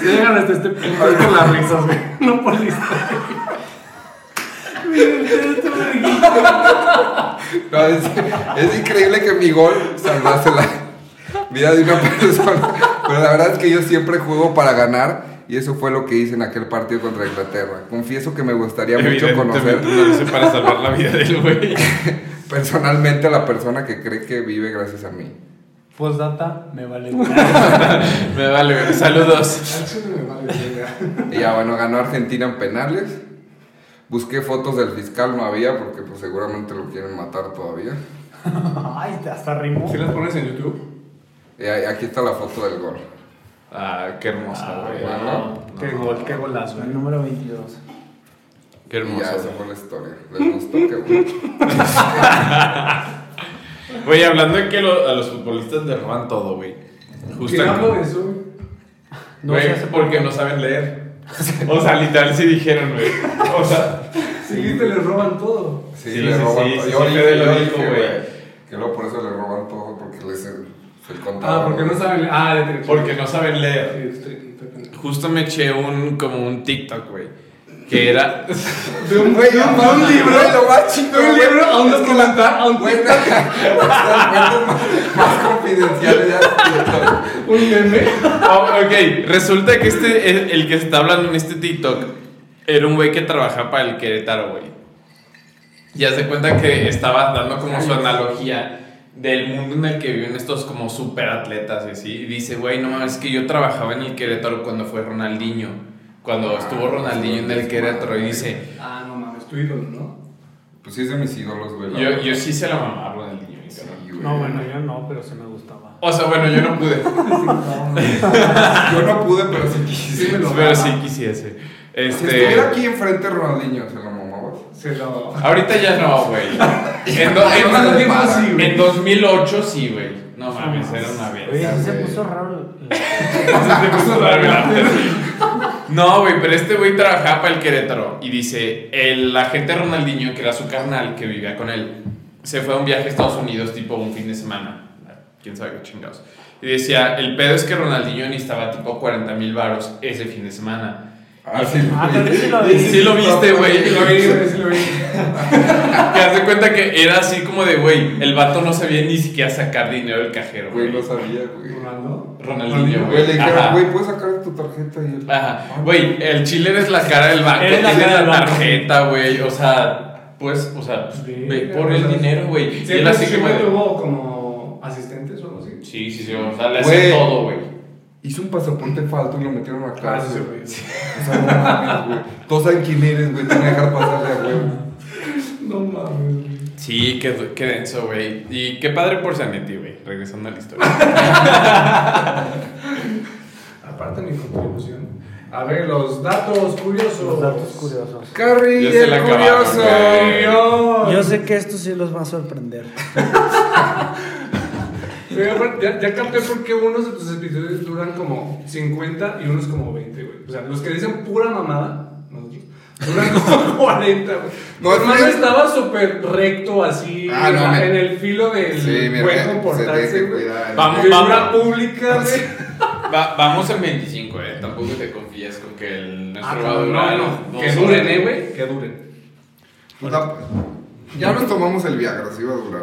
Speaker 3: Se llegan hasta este punto es por las risas, güey. No por listas.
Speaker 1: No, es, es increíble que mi gol salvase la vida de una persona. Pero la verdad es que yo siempre juego para ganar. Y eso fue lo que hice en aquel partido contra Inglaterra. Confieso que me gustaría mucho conocer
Speaker 2: Evidentemente no lo hice para salvar la vida del güey.
Speaker 1: personalmente a la persona que cree que vive gracias a mí.
Speaker 4: Postdata, me vale.
Speaker 2: Me vale, güey. Saludos.
Speaker 1: Y ya bueno, ganó Argentina en penales. Busqué fotos del fiscal, no había, porque pues seguramente lo quieren matar todavía.
Speaker 4: Ay, hasta rimó.
Speaker 3: ¿Sí las pones en YouTube?
Speaker 1: Y ahí- Eh, aquí está la foto del gol.
Speaker 2: Ah, qué hermosa, güey.
Speaker 1: bueno.
Speaker 3: Qué gol, qué golazo.
Speaker 4: El número 22.
Speaker 2: Qué
Speaker 1: Y ya,
Speaker 2: hermosa,
Speaker 1: esa fue la historia. Les gustó, qué bueno.
Speaker 2: güey. Güey, hablando de que lo- a los futbolistas les roban todo, güey. Justo.
Speaker 3: ¿Quién habló de eso, güey?
Speaker 4: No
Speaker 2: Güey,
Speaker 4: se hace
Speaker 2: porque no saben leer. O sea, literal sí dijeron, güey. O sea,
Speaker 3: Seguiste, les roban todo.
Speaker 1: Sí,
Speaker 2: Sí,
Speaker 1: le
Speaker 2: sí,
Speaker 1: roban
Speaker 2: sí,
Speaker 1: todo.
Speaker 2: sí,
Speaker 1: yo
Speaker 2: sí,
Speaker 1: dije,
Speaker 2: Fede lo
Speaker 1: yo
Speaker 2: dijo,
Speaker 1: dije,
Speaker 2: güey.
Speaker 1: güey, Que luego por eso le roban todo, porque les el contador.
Speaker 3: Ah, porque no saben. Ah, de tres.
Speaker 2: porque no saben leer.
Speaker 3: De
Speaker 2: Justo me eché un como un TikTok, güey. Que era.
Speaker 3: un,
Speaker 1: Güey,
Speaker 3: de un-
Speaker 1: no,
Speaker 3: de un
Speaker 1: no,
Speaker 3: libro.
Speaker 1: güey, lo más chido,
Speaker 3: De un
Speaker 1: güey,
Speaker 3: libro a un
Speaker 1: es que la-
Speaker 3: documental. A un,
Speaker 1: Güey, no, las fuentes más, más confidenciales ya.
Speaker 3: un meme.
Speaker 2: Oh, ok, resulta que este, el, el que está hablando en este TikTok era un güey que trabajaba para el Querétaro, güey. Y haz de cuenta que estaba dando como su analogía del mundo en el que viven estos como superatletas y así. Y dice, güey, no mames, es que yo trabajaba en el Querétaro cuando fue Ronaldinho. Cuando
Speaker 1: Ah,
Speaker 2: estuvo Ronaldinho en el Querétaro. Y dice,
Speaker 3: Ah, no mames, tu ídolo, ¿no?
Speaker 1: Pues sí es de mis ídolos, güey. la
Speaker 2: yo,
Speaker 1: verdad.
Speaker 2: yo sí se la mamaba a Ronaldinho. mi
Speaker 1: Sí,
Speaker 2: cabrón".
Speaker 1: güey.
Speaker 4: No, bueno, yo no, pero sí me gustaba.
Speaker 2: O sea, bueno, yo no pude.
Speaker 1: Yo no pude, pero sí
Speaker 3: Sí, me
Speaker 1: quise.
Speaker 3: lo-
Speaker 2: Pero sí quisiese.
Speaker 1: Si
Speaker 2: Este...
Speaker 1: estuviera aquí enfrente Ronaldinho, se lo mamabas.
Speaker 3: Se lo.
Speaker 2: Ahorita ya no, güey. En, do- en-
Speaker 1: No, no,
Speaker 2: en-
Speaker 1: no, sí,
Speaker 3: güey.
Speaker 2: en 2008 sí, güey. No mames, era una
Speaker 4: Oye,
Speaker 2: verga.
Speaker 4: sí se
Speaker 1: güey.
Speaker 4: puso raro. el-
Speaker 2: No, güey, pero este güey trabajaba para el Querétaro y dice, el agente Ronaldinho, que era su carnal, que vivía con él, se fue a un viaje a Estados Unidos tipo un fin de semana. Quién sabe qué chingados. Y decía, el pedo es que Ronaldinho necesitaba tipo 40 mil varos ese fin de semana.
Speaker 1: Ah, sí, lo
Speaker 6: Ah,
Speaker 1: vi.
Speaker 6: pero sí lo vi.
Speaker 2: Sí lo viste, güey.
Speaker 3: Sí, lo vi, güey, sí, lo vi.
Speaker 2: Que haz de cuenta que era así como de, güey, el vato no sabía ni siquiera sacar dinero del cajero,
Speaker 1: Güey,
Speaker 2: güey.
Speaker 1: no sabía, güey.
Speaker 3: Ronaldo.
Speaker 2: Ronaldinho,
Speaker 1: Güey, le
Speaker 2: Ajá.
Speaker 1: dijeron, güey, ¿puedes sacar tu tarjeta? Y él, "Ah,
Speaker 2: Ajá. Güey, el chile eres la cara del banco,
Speaker 6: Eres la
Speaker 2: tienes
Speaker 6: cara
Speaker 2: la,
Speaker 6: del banco.
Speaker 2: tarjeta, güey. O sea, pues, o sea, pues, ve por el dinero, güey. Y él
Speaker 3: Siempre
Speaker 2: así como
Speaker 3: siempre
Speaker 2: de-
Speaker 3: tuvo como asistentes o algo así.
Speaker 2: Sí, sí, sí, o sea, le
Speaker 1: Güey.
Speaker 2: hacen todo, güey.
Speaker 1: Hizo un pasaporte falso y lo metieron a la
Speaker 3: Ah, sí,
Speaker 1: cárcel.
Speaker 3: güey.
Speaker 1: O sea, no mames, güey. Todos saben quién eres, güey. Te van a dejar pasarle a huevo.
Speaker 3: No mames. güey.
Speaker 2: Sí, qué, qué denso, güey. Y qué padre por Zanetti, güey. Regresando a la historia.
Speaker 3: Aparte mi contribución. A ver, los datos curiosos.
Speaker 6: Los datos curiosos.
Speaker 1: Carrie,
Speaker 2: Ya se la
Speaker 1: el
Speaker 2: acabaron,
Speaker 1: curioso.
Speaker 2: güey.
Speaker 3: Curioso.
Speaker 4: Yo sé que esto sí los va a sorprender.
Speaker 3: Güey, aparte, Ya, ya capté por qué unos de tus episodios duran como 50 y unos como 20, güey. O sea, los que dicen pura mamada, nosotros, duran como 40, güey.
Speaker 1: No,
Speaker 3: No,
Speaker 1: es que-
Speaker 3: estaba súper recto así,
Speaker 1: Ah, no,
Speaker 3: en
Speaker 1: me-
Speaker 3: el filo del
Speaker 1: Sí, mira,
Speaker 3: buen
Speaker 1: se tiene
Speaker 3: comportarse,
Speaker 1: que
Speaker 3: güey.
Speaker 1: cuidar.
Speaker 2: Vamos.
Speaker 3: Figura pública, güey.
Speaker 2: Va- vamos en 25, eh. Tampoco te confías con que el
Speaker 3: Ah,
Speaker 2: nuestro va a
Speaker 3: no,
Speaker 2: durar.
Speaker 3: no, no.
Speaker 2: dos
Speaker 3: Que duren,
Speaker 2: horas.
Speaker 3: eh, güey. Que duren.
Speaker 1: Pues, ah, Ya nos tomamos el Viagra, sí va a durar.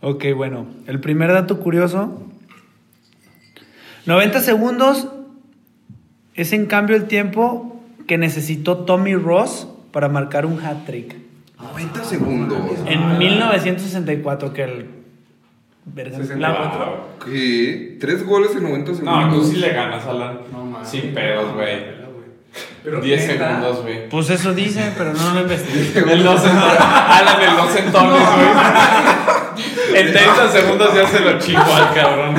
Speaker 4: Ok, bueno. El primer dato curioso. 90 segundos es en cambio el tiempo que necesitó Tommy Ross para marcar un hat-trick.
Speaker 1: 90 segundos.
Speaker 4: En 1964, que el... verga, la-
Speaker 3: 64.
Speaker 1: ¿Qué? ¿Tres goles en 90 segundos?
Speaker 2: No, tú sí le ganas, Alan.
Speaker 3: No mames.
Speaker 2: Sin pedos, güey.
Speaker 3: Pero
Speaker 2: 10
Speaker 3: neta,
Speaker 2: segundos, güey.
Speaker 4: Pues eso dice, pero no lo investigué.
Speaker 2: El dos entones. Alan, el dos entones, güey. En 30 segundos ya se lo chingo al cabrón.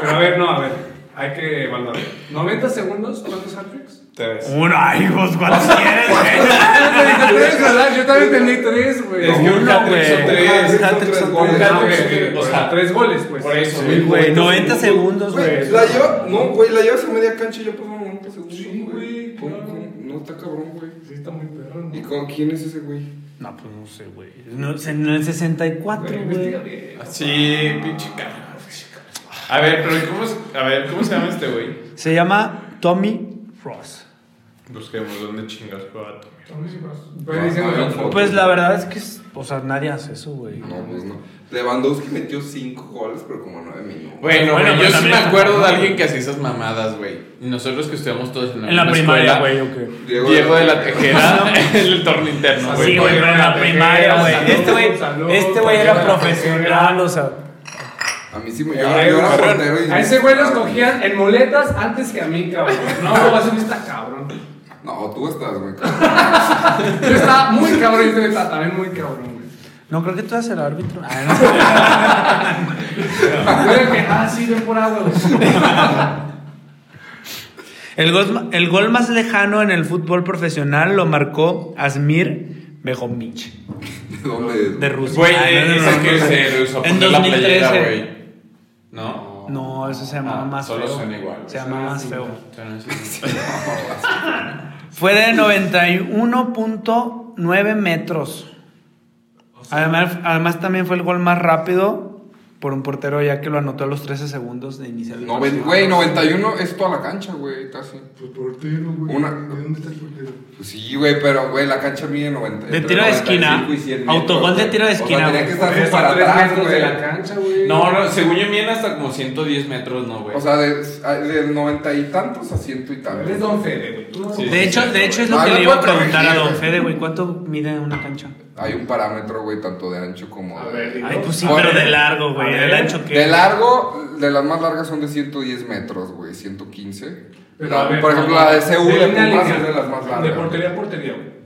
Speaker 3: Pero a ver, no, a ver. Hay que evaluarlo. 90 segundos, ¿cuántos hat-tricks?
Speaker 2: Tres.
Speaker 4: Uno, ay, pues, vos, ¿cuántos quieres, güey?
Speaker 3: Tres, ¿verdad? Yo también entendí tres, güey.
Speaker 2: Es que un
Speaker 3: Uno,
Speaker 2: hat-trick son
Speaker 3: güey.
Speaker 2: tres.
Speaker 1: Son
Speaker 4: hat-trick
Speaker 1: tres
Speaker 4: son
Speaker 1: goles.
Speaker 2: tres.
Speaker 3: Ah,
Speaker 2: güey,
Speaker 3: ok,
Speaker 2: o
Speaker 3: O
Speaker 2: sea,
Speaker 3: sea, tres goles, pues.
Speaker 2: Por eso,
Speaker 3: Sí,
Speaker 2: güey.
Speaker 4: Güey, 90 segundos, güey.
Speaker 1: Güey, la lleva, no, güey, la llevas a media cancha y ya pasaron 90 segundos.
Speaker 3: Sí, güey,
Speaker 1: ¿Cómo,
Speaker 3: claro.
Speaker 1: cómo? No, está cabrón, güey.
Speaker 3: Sí, está muy perro, ¿no?
Speaker 1: ¿Y con quién es ese güey?
Speaker 4: No, pues no sé, güey. No, es en el 64,
Speaker 3: Güey, investiga
Speaker 4: güey.
Speaker 3: bien.
Speaker 2: Sí, pinche cara. A ver, pero ¿y ¿cómo, es- a ver, ¿cómo se llama este güey?
Speaker 4: Se llama Tommy Ross.
Speaker 2: Busquemos dónde chingas juega Tommy.
Speaker 3: Son chicos.
Speaker 1: Ah,
Speaker 3: Pero dicen
Speaker 1: no,
Speaker 3: que
Speaker 1: no,
Speaker 3: no.
Speaker 1: no.
Speaker 4: Pues la verdad es que, es- o sea, nadie hace eso, güey.
Speaker 1: No, pues no. Lewandowski metió 5 goles, pero como 9 minutos.
Speaker 2: Bueno,
Speaker 6: Bueno, pero
Speaker 2: güey, yo sí me
Speaker 6: también está
Speaker 2: acuerdo de
Speaker 6: cabrón.
Speaker 2: alguien que hacía esas mamadas, güey. Y Nosotros que estudiamos todos en la,
Speaker 6: En la
Speaker 2: misma
Speaker 6: primaria, güey,
Speaker 2: escuela,
Speaker 6: o qué.
Speaker 2: Diego de la Tejera en el torneo interno, güey.
Speaker 6: Sí, güey, pero en la primaria, güey. Este
Speaker 3: Salud,
Speaker 6: güey este güey
Speaker 3: salud,
Speaker 6: era
Speaker 3: salud.
Speaker 6: profesional, o sea.
Speaker 1: A mí sí me
Speaker 3: A
Speaker 1: lleva.
Speaker 3: ver,
Speaker 1: Yo era
Speaker 3: cabrón,
Speaker 1: portero y. "Ah,
Speaker 3: A ese güey los cogían en muletas antes que a mí, cabrón. No, vas a está cabrón.
Speaker 1: No, tú estás, güey.
Speaker 3: Yo estaba muy cabrón y este güey estaba también muy cabrón, güey.
Speaker 4: No creo que tú seas el árbitro. Ah,
Speaker 3: Yo de que, ah, sí, ven por agua, güey.
Speaker 4: no. el, gol, ma- el gol más lejano en el fútbol profesional lo marcó Asmir Bejomich
Speaker 1: ¿Dónde
Speaker 4: de
Speaker 1: es?
Speaker 4: Rusia.
Speaker 2: Güey,
Speaker 4: Ah, no, no,
Speaker 2: ese
Speaker 4: no,
Speaker 2: que
Speaker 4: no,
Speaker 2: se
Speaker 4: no.
Speaker 2: rehusó a
Speaker 4: En
Speaker 2: poner la
Speaker 4: 2013.
Speaker 2: playera, güey. ¿No?
Speaker 4: No, eso se llamaba
Speaker 2: Ah,
Speaker 4: más
Speaker 2: solo
Speaker 4: feo.
Speaker 2: suena igual, güey.
Speaker 4: Se llamaba más feo.
Speaker 2: Suena así.
Speaker 4: Fue de 91.9 metros.
Speaker 2: Oh,
Speaker 4: Además, además también fue el gol más rápido por un portero ya que lo anotó a los 13 segundos de iniciar. el
Speaker 1: Noven-
Speaker 4: partido.
Speaker 1: Güey, 91 es toda la cancha, güey, casi.
Speaker 3: Pues portero, güey.
Speaker 1: Una-
Speaker 3: ¿De dónde está el portero?
Speaker 1: Pues sí, güey, pero, güey, la cancha mide 90.
Speaker 4: De
Speaker 1: entre
Speaker 4: tiro de
Speaker 1: 95
Speaker 4: esquina.
Speaker 1: y 100 metros,
Speaker 4: Autogol de
Speaker 1: güey.
Speaker 4: tiro de esquina,
Speaker 1: O sea, tenía que
Speaker 3: Por
Speaker 1: estar
Speaker 3: eso,
Speaker 1: para
Speaker 3: tres
Speaker 1: atrás,
Speaker 3: metros de la
Speaker 1: güey.
Speaker 3: cancha, güey.
Speaker 2: No, no, según yo bien hasta como 110 metros, no, güey.
Speaker 1: O sea, de, de 90 y tantos a 100 y tantos.
Speaker 3: Eres don Fede, güey. Tú no
Speaker 2: Sí.
Speaker 4: De hecho, de hecho es lo
Speaker 1: Ah,
Speaker 4: que
Speaker 1: no
Speaker 4: le iba a
Speaker 1: puedo
Speaker 4: preguntar a
Speaker 1: corregir,
Speaker 4: Don
Speaker 1: güey.
Speaker 4: Fede, güey, ¿cuánto mide una cancha?
Speaker 1: Hay un parámetro, güey, tanto de ancho como de...
Speaker 4: Ay, pues sí,
Speaker 1: Por-
Speaker 4: pero de largo, güey,
Speaker 3: A
Speaker 4: del
Speaker 3: ver.
Speaker 4: ancho que
Speaker 1: De largo, de las más largas son de 110 metros, güey, 115.
Speaker 3: Pero,
Speaker 1: La-
Speaker 3: a ver,
Speaker 1: por ejemplo,
Speaker 3: no,
Speaker 1: la de CU de
Speaker 3: una
Speaker 1: Pumas
Speaker 3: línea,
Speaker 1: es de las más largas.
Speaker 3: De portería a portería, güey.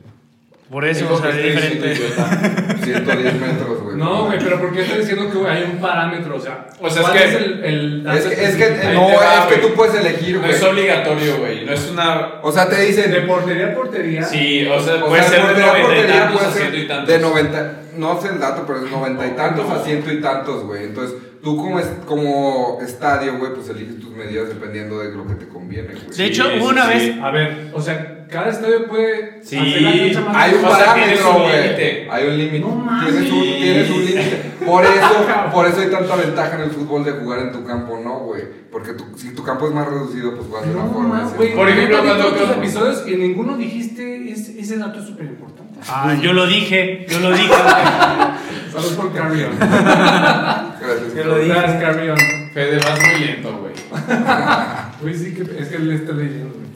Speaker 4: Por eso,
Speaker 2: Digo
Speaker 4: o sea,
Speaker 2: que
Speaker 4: es
Speaker 2: estoy
Speaker 4: diferente.
Speaker 2: siendo idiota.
Speaker 1: 110 metros, güey.
Speaker 3: No, güey, pero ¿por qué está diciendo que güey, hay un parámetro? O sea,
Speaker 2: O sea, es
Speaker 3: ¿cuál
Speaker 2: que-
Speaker 3: el, el
Speaker 1: Es que, es que
Speaker 2: Ahí
Speaker 1: no,
Speaker 2: te va,
Speaker 1: es que
Speaker 2: güey.
Speaker 1: tú puedes elegir,
Speaker 2: No
Speaker 1: güey.
Speaker 2: es obligatorio, güey. No es una.
Speaker 1: O sea, te
Speaker 3: de
Speaker 1: dicen.
Speaker 3: portería a portería.
Speaker 2: Sí, o sea,
Speaker 1: o
Speaker 2: puede
Speaker 1: sea,
Speaker 2: ser de
Speaker 1: portería,
Speaker 2: 90 y
Speaker 1: portería
Speaker 2: tantos
Speaker 1: puede
Speaker 2: a
Speaker 1: ser
Speaker 2: ciento y tantos.
Speaker 1: De 90, no sé el dato, pero es 90 y
Speaker 2: No,
Speaker 1: tantos
Speaker 2: no.
Speaker 1: a ciento y tantos, güey. Entonces, tú como, es, como estadio, güey, pues eliges tus medidas dependiendo de lo que te conviene, güey.
Speaker 4: De hecho,
Speaker 2: Sí,
Speaker 4: hubo una
Speaker 2: sí,
Speaker 4: vez.
Speaker 2: sí.
Speaker 3: A ver, o sea, cada estadio puede
Speaker 2: Sí.
Speaker 3: hacer la cancha más
Speaker 1: Hay un
Speaker 2: O sea, tienes
Speaker 1: parámetro,
Speaker 2: un
Speaker 1: güey.
Speaker 2: límite.
Speaker 1: Hay un límite.
Speaker 3: No mames.
Speaker 1: tienes un, tienes un límite. Por eso, por eso hay tanta ventaja en el fútbol de jugar en tu campo, ¿no, güey? Porque tu- si tu campo es más reducido, pues juegas de una
Speaker 3: No
Speaker 1: forma.
Speaker 3: más,
Speaker 1: ¿sí?
Speaker 3: güey.
Speaker 2: Por ejemplo,
Speaker 3: Neta, vi
Speaker 2: cuando-
Speaker 3: todos los
Speaker 2: cuando-
Speaker 3: episodios y en ninguno dijiste ese, ese dato es súper importante.
Speaker 4: Ah, yo lo dije, yo lo dije.
Speaker 3: Saludos por Carrion.
Speaker 1: Gracias.
Speaker 4: Yo lo dije.
Speaker 3: Carrion.
Speaker 2: Fede, vas muy lento, güey.
Speaker 3: Güey, sí, que es que él está leyendo, güey.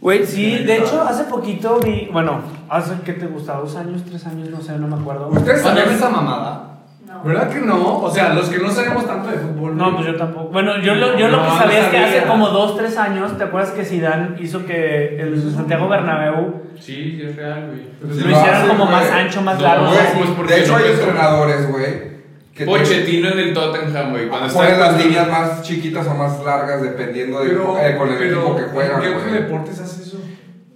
Speaker 4: Güey, sí, de hecho, hace poquito vi. Bueno, hace que te gusta, dos años, tres años, no sé, no me acuerdo.
Speaker 3: ¿Ustedes sabían esa mamada?
Speaker 7: No.
Speaker 3: ¿Verdad que no? O sea, los que no sabemos tanto de fútbol.
Speaker 4: No,
Speaker 3: güey.
Speaker 4: pues yo tampoco. Bueno, yo lo, yo
Speaker 3: No,
Speaker 4: lo que
Speaker 3: no
Speaker 4: sabía es que
Speaker 3: sabía.
Speaker 4: hace como dos, tres años, ¿te acuerdas que Zidane hizo que el Santiago Bernabéu
Speaker 2: Sí, es real, güey.
Speaker 4: lo
Speaker 1: Sí, lo
Speaker 4: hicieran
Speaker 1: hace,
Speaker 4: como más
Speaker 1: güey.
Speaker 4: ancho, más
Speaker 2: No,
Speaker 4: largo?
Speaker 1: Güey,
Speaker 4: así?
Speaker 2: pues, ¿por qué
Speaker 1: de hecho,
Speaker 2: no
Speaker 1: hay
Speaker 2: pensó?
Speaker 1: entrenadores, güey. que te-
Speaker 2: Pochettino en el Tottenham, güey. Cuando
Speaker 1: Ponen
Speaker 2: está
Speaker 1: las líneas más chiquitas o más largas dependiendo de
Speaker 3: Pero,
Speaker 1: eh, con el
Speaker 3: pero,
Speaker 1: equipo que juegan,
Speaker 3: ¿en ¿Qué otros
Speaker 1: güey.
Speaker 3: deportes hace eso?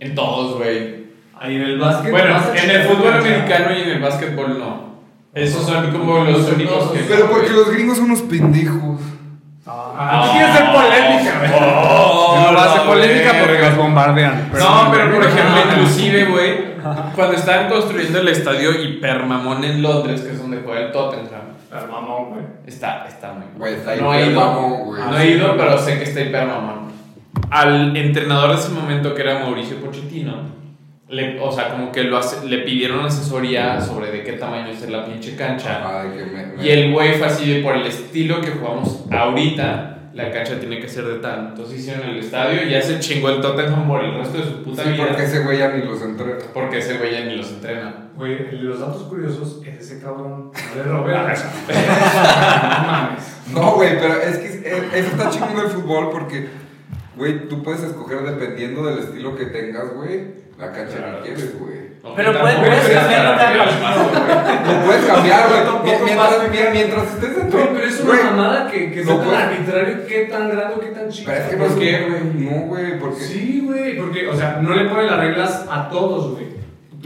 Speaker 2: en todos, güey.
Speaker 3: A nivel
Speaker 2: Bueno, en el fútbol americano y en el básquetbol no. Esos son como los únicos que.
Speaker 1: Pero porque los gringos son unos pendejos.
Speaker 4: Ah.
Speaker 3: Aquí quieres hacer polémica, güey.
Speaker 2: No,
Speaker 3: va a hacer polémica porque los bombardean.
Speaker 2: Oh, No, pero por ejemplo, inclusive, güey, cuando estaban construyendo el estadio hipermamón en Londres, que es donde juega el Tottenham,
Speaker 3: Pero mamón, güey.
Speaker 2: está, está muy
Speaker 1: Güey, está
Speaker 2: No he
Speaker 1: hipermamón,
Speaker 2: ido,
Speaker 1: güey.
Speaker 2: no he ido, pero sé que está hipermamón. Al entrenador de ese momento, que era Mauricio Pochettino, le, o sea, como que lo hace- le pidieron asesoría sobre de qué tamaño es la pinche cancha.
Speaker 1: Ay, que me- me-
Speaker 2: Y el güey fue así de por el estilo que jugamos ahorita, la cancha tiene que ser de tal. Entonces hicieron el estadio y ya se chingó el Tottenham por el resto de su puta
Speaker 1: Sí,
Speaker 2: vida.
Speaker 1: porque ese güey ya ni los entrena.
Speaker 2: Porque ese güey ya ni los entrena.
Speaker 3: Güey, el de los datos curiosos es ese cabrón. No le robé la casa. No mames.
Speaker 1: No, güey, pero es que es- eh, eso está chingón el fútbol porque, güey, tú puedes escoger dependiendo del estilo que tengas, güey, la cancha
Speaker 2: Claro.
Speaker 1: que quieres, güey.
Speaker 4: Pero
Speaker 2: Tampoco
Speaker 4: puedes-
Speaker 2: es
Speaker 4: puedes
Speaker 2: que
Speaker 4: cambiarlo
Speaker 2: sea
Speaker 4: cada
Speaker 2: el paso, güey.
Speaker 1: Lo puedes cambiar, güey. Mien-
Speaker 3: Tampoco
Speaker 1: Mientras,
Speaker 3: pasa.
Speaker 1: mien- mientras estés en tu-
Speaker 3: Güey, pero es
Speaker 1: güey,
Speaker 3: una mamada que, que
Speaker 1: no
Speaker 3: sea tan
Speaker 1: puede-
Speaker 3: arbitrario qué tan grande o qué tan chico.
Speaker 1: Pero es que no es
Speaker 3: Porque-
Speaker 1: que, güey. No, güey, porque.
Speaker 3: Sí, güey, porque, o sea, no le ponen las reglas a todos, güey.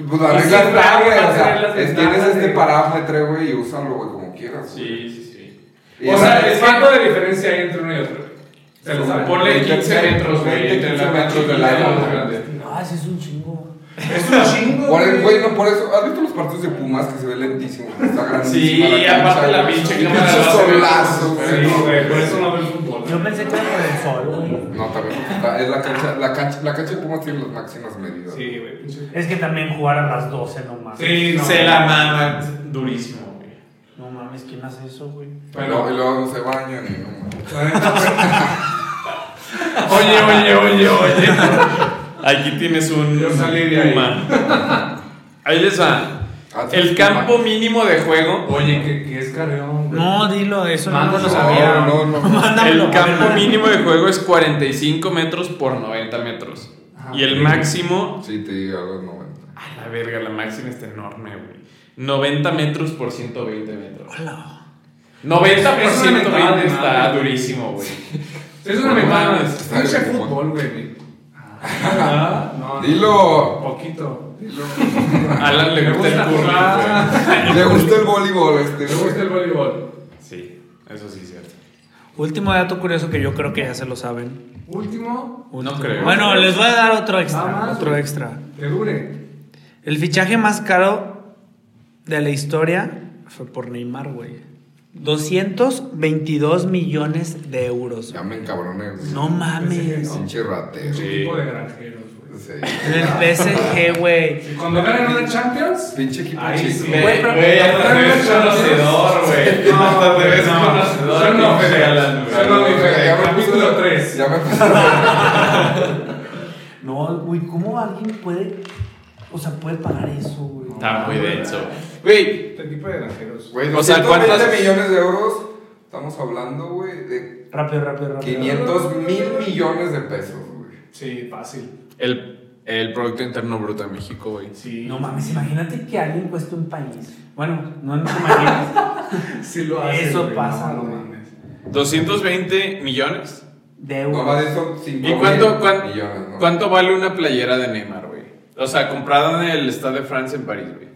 Speaker 1: Pues la
Speaker 3: Así
Speaker 1: regla está,
Speaker 3: está,
Speaker 1: güey. O
Speaker 3: las
Speaker 1: sea,
Speaker 3: reglas
Speaker 1: es,
Speaker 3: están,
Speaker 1: tienes este
Speaker 3: güey.
Speaker 1: parámetro, güey, y úsalo, güey, como quieras.
Speaker 2: Sí, sí, sí.
Speaker 1: Y
Speaker 3: o
Speaker 1: esa-
Speaker 3: sea,
Speaker 2: es
Speaker 3: es
Speaker 2: que-
Speaker 3: cuánto de diferencia hay entre uno y otro. Se lo saben.
Speaker 2: Ponle 15 metros, güey,
Speaker 1: 20,
Speaker 2: entre
Speaker 1: 15
Speaker 2: la cancha y
Speaker 1: metros
Speaker 2: la
Speaker 1: de largo,
Speaker 2: cancha más
Speaker 1: güey.
Speaker 2: grande.
Speaker 4: Ah, sí, es un chingo.
Speaker 3: Es un chingo.
Speaker 1: Por, el- güey, no, por eso, ¿has visto los partidos de Pumas que se ve lentísimo? güey? Está grandísima
Speaker 2: Sí,
Speaker 1: cancha,
Speaker 2: aparte la
Speaker 1: güey.
Speaker 2: pinche
Speaker 1: Y
Speaker 2: cámara
Speaker 1: pinche
Speaker 2: la hace ver
Speaker 1: solazo,
Speaker 2: como-
Speaker 1: güey.
Speaker 3: Sí, güey, pues. por eso no veo el fútbol.
Speaker 4: Yo pensé que era por el sol, güey.
Speaker 1: No, también porque está- es la cancha, la cancha, la cancha de Pumas tiene las máximas medidas.
Speaker 3: Sí, güey, pinche.
Speaker 4: Es que también jugar a las 12 nomás.
Speaker 3: Sí, no.
Speaker 2: Se la maman durísimo, güey.
Speaker 4: No mames, ¿quién hace eso, güey?
Speaker 1: Pero, y
Speaker 3: Bueno.
Speaker 1: luego no se bañan y no. mames.
Speaker 2: Oye, oye, oye, oye. Aquí tienes un.
Speaker 3: Yo salí de ahí.
Speaker 2: Puma. Ahí les va.
Speaker 1: Ah, sí,
Speaker 2: El
Speaker 1: Puma.
Speaker 2: campo mínimo de juego.
Speaker 3: Oye, que, que es carreón, güey.
Speaker 4: dilo, eso
Speaker 3: no lo
Speaker 1: No,
Speaker 3: sabía.
Speaker 1: no, no.
Speaker 4: Mándamelo.
Speaker 2: El campo mínimo de juego es 45 metros por 90 metros.
Speaker 3: Ah,
Speaker 2: Y el máximo.
Speaker 1: Sí, te digo, a los 90.
Speaker 2: A la verga, la máxima está enorme, güey. 90 metros por 120 metros. 90 por
Speaker 3: Es una mentada
Speaker 2: 120
Speaker 3: de
Speaker 2: está
Speaker 3: madre.
Speaker 2: durísimo, güey.
Speaker 3: Es una
Speaker 2: No
Speaker 3: mentada.
Speaker 2: mames.
Speaker 3: Pinche fútbol, güey. Ah, no, no.
Speaker 1: Dilo.
Speaker 3: Poquito.
Speaker 1: Dilo.
Speaker 2: Alan le
Speaker 3: Me
Speaker 2: gusta el
Speaker 3: gusta
Speaker 2: curling,
Speaker 3: jugar.
Speaker 2: güey.
Speaker 1: Le gusta el voleibol este,
Speaker 3: Me gusta
Speaker 1: güey.
Speaker 3: el voleibol.
Speaker 2: Sí, eso sí es cierto.
Speaker 4: Último dato curioso que yo creo que ya se lo saben.
Speaker 3: Último,
Speaker 2: No creo.
Speaker 4: Bueno, les voy a dar otro
Speaker 3: Ah,
Speaker 4: extra.
Speaker 3: más,
Speaker 4: Otro
Speaker 3: güey.
Speaker 4: extra.
Speaker 3: que dure.
Speaker 4: El fichaje más caro de la historia fue por Neymar, güey. 222 millones de euros.
Speaker 1: Ya me encabroné, güey.
Speaker 4: No mames.
Speaker 1: Pinche ratero.
Speaker 3: Es un
Speaker 1: Sí.
Speaker 3: tipo de granjeros, güey.
Speaker 4: El PSG, güey.
Speaker 3: Y Cuando ganan una Champions,
Speaker 1: Pinche equipo
Speaker 3: Ahí
Speaker 1: chico.
Speaker 3: sí.
Speaker 2: Güey,
Speaker 3: Güey,
Speaker 4: pero-
Speaker 2: güey, hasta te ves
Speaker 3: pero-
Speaker 2: conocedor, güey.
Speaker 3: No,
Speaker 2: Hasta te ves
Speaker 3: no.
Speaker 2: conocedor.
Speaker 3: Yo no,
Speaker 2: pinche
Speaker 3: güey.
Speaker 2: galán, güey.
Speaker 3: Yo no, güey.
Speaker 1: Ya me
Speaker 3: Capítulo
Speaker 1: puso-
Speaker 3: tres.
Speaker 1: Ya me puso-
Speaker 4: No, güey, ¿cómo alguien puede. O sea, puede pagar eso, güey?
Speaker 2: Está muy denso. Güey,
Speaker 3: este tipo de granjeros.
Speaker 1: Güey,
Speaker 2: O sea,
Speaker 1: 220
Speaker 2: ¿cuántas-
Speaker 1: millones de euros estamos hablando, güey, de
Speaker 4: Rápido, rápido, rápido.
Speaker 1: 500 mil millones de pesos, güey.
Speaker 3: Sí, fácil.
Speaker 2: el El Producto Interno Bruto de México, güey.
Speaker 3: Sí.
Speaker 4: No mames, imagínate que alguien cueste un país. Bueno, no no te imaginas.
Speaker 3: Sí lo hace.
Speaker 4: Eso
Speaker 3: güey,
Speaker 4: pasa,
Speaker 3: No, no
Speaker 4: güey.
Speaker 3: mames.
Speaker 2: 220 millones.
Speaker 4: De
Speaker 1: No, va
Speaker 4: euros.
Speaker 1: de eso 5
Speaker 2: ¿Y cuánto, cuán-
Speaker 1: millones, ¿no?
Speaker 2: cuánto vale una playera de Neymar, güey? O sea, comprada en el Stade de France en París, güey.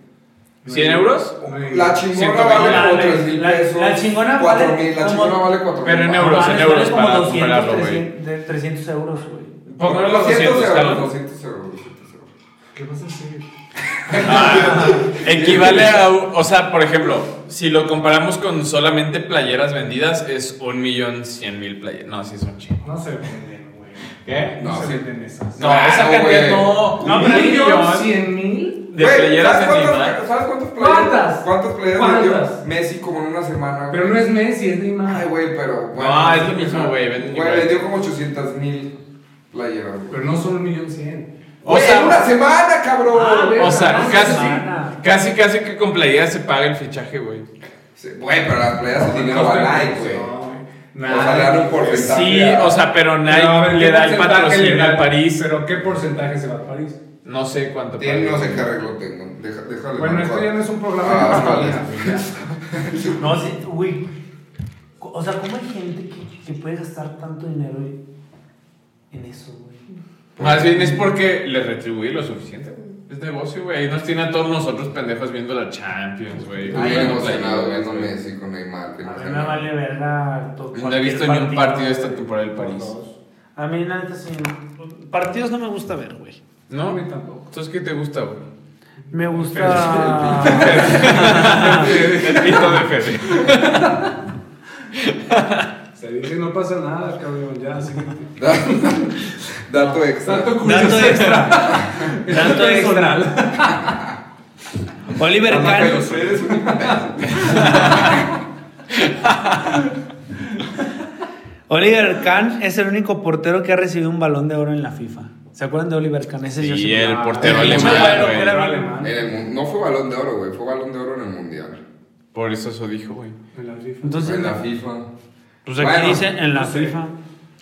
Speaker 2: ¿100 euros?
Speaker 1: La
Speaker 2: Ciento
Speaker 1: chingona vale como
Speaker 4: veinte. La-
Speaker 1: 3 mil
Speaker 4: la-
Speaker 1: pesos.
Speaker 4: la chingona
Speaker 1: cuatro
Speaker 4: vale
Speaker 1: mil, La
Speaker 4: como-
Speaker 1: chingona vale 4
Speaker 2: Pero en euros.
Speaker 4: Mames,
Speaker 2: euros
Speaker 4: vale como
Speaker 2: para
Speaker 4: 200,
Speaker 2: comprarlo, güey.
Speaker 4: 300, de 300 euros, güey.
Speaker 2: Pongamos los
Speaker 1: 200
Speaker 2: 200,
Speaker 1: euros.
Speaker 2: cabrón.
Speaker 1: 200 euros. 200 euros.
Speaker 3: ¿Qué vas a hacer?
Speaker 2: Equivale a, un- o sea, por ejemplo, si lo comparamos con solamente playeras vendidas, es un millón cien mil playeras. No, sí es un chingo.
Speaker 3: No se venden, güey.
Speaker 2: ¿Qué?
Speaker 3: No,
Speaker 1: No,
Speaker 3: se
Speaker 1: sí.
Speaker 3: venden esas.
Speaker 2: No,
Speaker 1: Ah,
Speaker 2: esa
Speaker 1: no,
Speaker 2: cantidad
Speaker 1: güey.
Speaker 2: no.
Speaker 4: No,
Speaker 2: un
Speaker 4: pero hay
Speaker 2: millón
Speaker 4: millones.
Speaker 3: ¿Cien mil?
Speaker 2: de
Speaker 1: Güey,
Speaker 2: playeras
Speaker 1: ¿sabes
Speaker 2: de
Speaker 1: cuántas-
Speaker 2: Neymar.
Speaker 1: ¿Sabes cuántas playeras?
Speaker 3: ¿Cuántas?
Speaker 1: ¿Cuántas playeras
Speaker 3: ¿Cuántas?
Speaker 1: vendió Messi como en una semana?
Speaker 3: Pero no es Messi, es Neymar.
Speaker 1: Ay, güey, pero.
Speaker 2: No, Ah, es lo mismo, güey, venden igual.
Speaker 1: Güey, vendió como 800 mil playeras, güey.
Speaker 3: Pero no son un millón cien.
Speaker 2: O
Speaker 1: Güey,
Speaker 2: sea-
Speaker 1: en una semana, cabrón.
Speaker 4: Ah,
Speaker 2: O sea,
Speaker 4: Una semana.
Speaker 2: casi, casi, casi que con playeras se paga el fichaje, güey.
Speaker 1: Sí, Güey, pero las playeras el dinero va a Nike, güey. O sea, le dan un porcentaje.
Speaker 2: Sí,
Speaker 1: a-
Speaker 2: o sea, pero Nike
Speaker 3: Pero a ver,
Speaker 2: le
Speaker 3: ¿qué
Speaker 2: da el
Speaker 3: porcentaje le
Speaker 2: patrocinio
Speaker 3: da?
Speaker 2: a París.
Speaker 3: Pero ¿qué porcentaje se va a París?
Speaker 2: No sé cuánto.
Speaker 1: Tiene- no
Speaker 2: paga.
Speaker 1: sé qué arreglo tengo. Deja, déjale.
Speaker 3: Bueno,
Speaker 1: marco
Speaker 3: esto ya
Speaker 1: a-
Speaker 3: no es un programa de
Speaker 1: Ah, vale.
Speaker 3: economía.
Speaker 4: No, sí, güey. O sea, ¿cómo hay gente que, que puede gastar tanto dinero en eso, güey?
Speaker 2: Más bien es porque le retribuye lo suficiente. güey. Es negocio, güey. Ahí nos tiene a todos nosotros pendejos viendo la Champions, güey.
Speaker 1: Estoy bien
Speaker 2: Viendo
Speaker 1: emocionado
Speaker 2: playeras,
Speaker 1: viendo
Speaker 2: güey.
Speaker 1: Messi con Neymar. que
Speaker 4: A
Speaker 1: no sé
Speaker 4: mí me
Speaker 1: nada.
Speaker 4: vale verga todo.
Speaker 2: No he visto ni un partido este esta temporada del París.
Speaker 4: A mí, la neta, sí. Partidos no me gusta ver, güey.
Speaker 2: No,
Speaker 3: A mí tampoco.
Speaker 2: Entonces, ¿qué te gusta, güey?
Speaker 4: Me gusta.
Speaker 2: El pito de Fede.
Speaker 3: Se dice no pasa nada, cabrón, ya, así que...
Speaker 1: Dato extra.
Speaker 3: Tanto
Speaker 5: Dato
Speaker 3: curioso.
Speaker 5: extra. Dato
Speaker 3: personal.
Speaker 5: extra. Oliver
Speaker 1: Habla
Speaker 5: Kahn.
Speaker 1: que los Fredes son un imbécil.
Speaker 5: Oliver Kahn es el único portero que ha recibido un balón de oro en la FIFA. ¿Se acuerdan de Oliver Kahn? Ese yo
Speaker 2: Y
Speaker 5: sí me-
Speaker 2: el portero
Speaker 3: Ah,
Speaker 2: alemán,
Speaker 4: claro,
Speaker 2: güey.
Speaker 4: claro.
Speaker 3: alemán.
Speaker 1: En el mun- No fue balón de oro, güey. Fue balón de oro en el mundial.
Speaker 2: Por eso eso dijo, güey.
Speaker 3: En la FIFA.
Speaker 4: Entonces,
Speaker 1: En la FIFA.
Speaker 5: pues aquí
Speaker 1: Bueno,
Speaker 5: dice en la
Speaker 3: no sé.
Speaker 5: FIFA.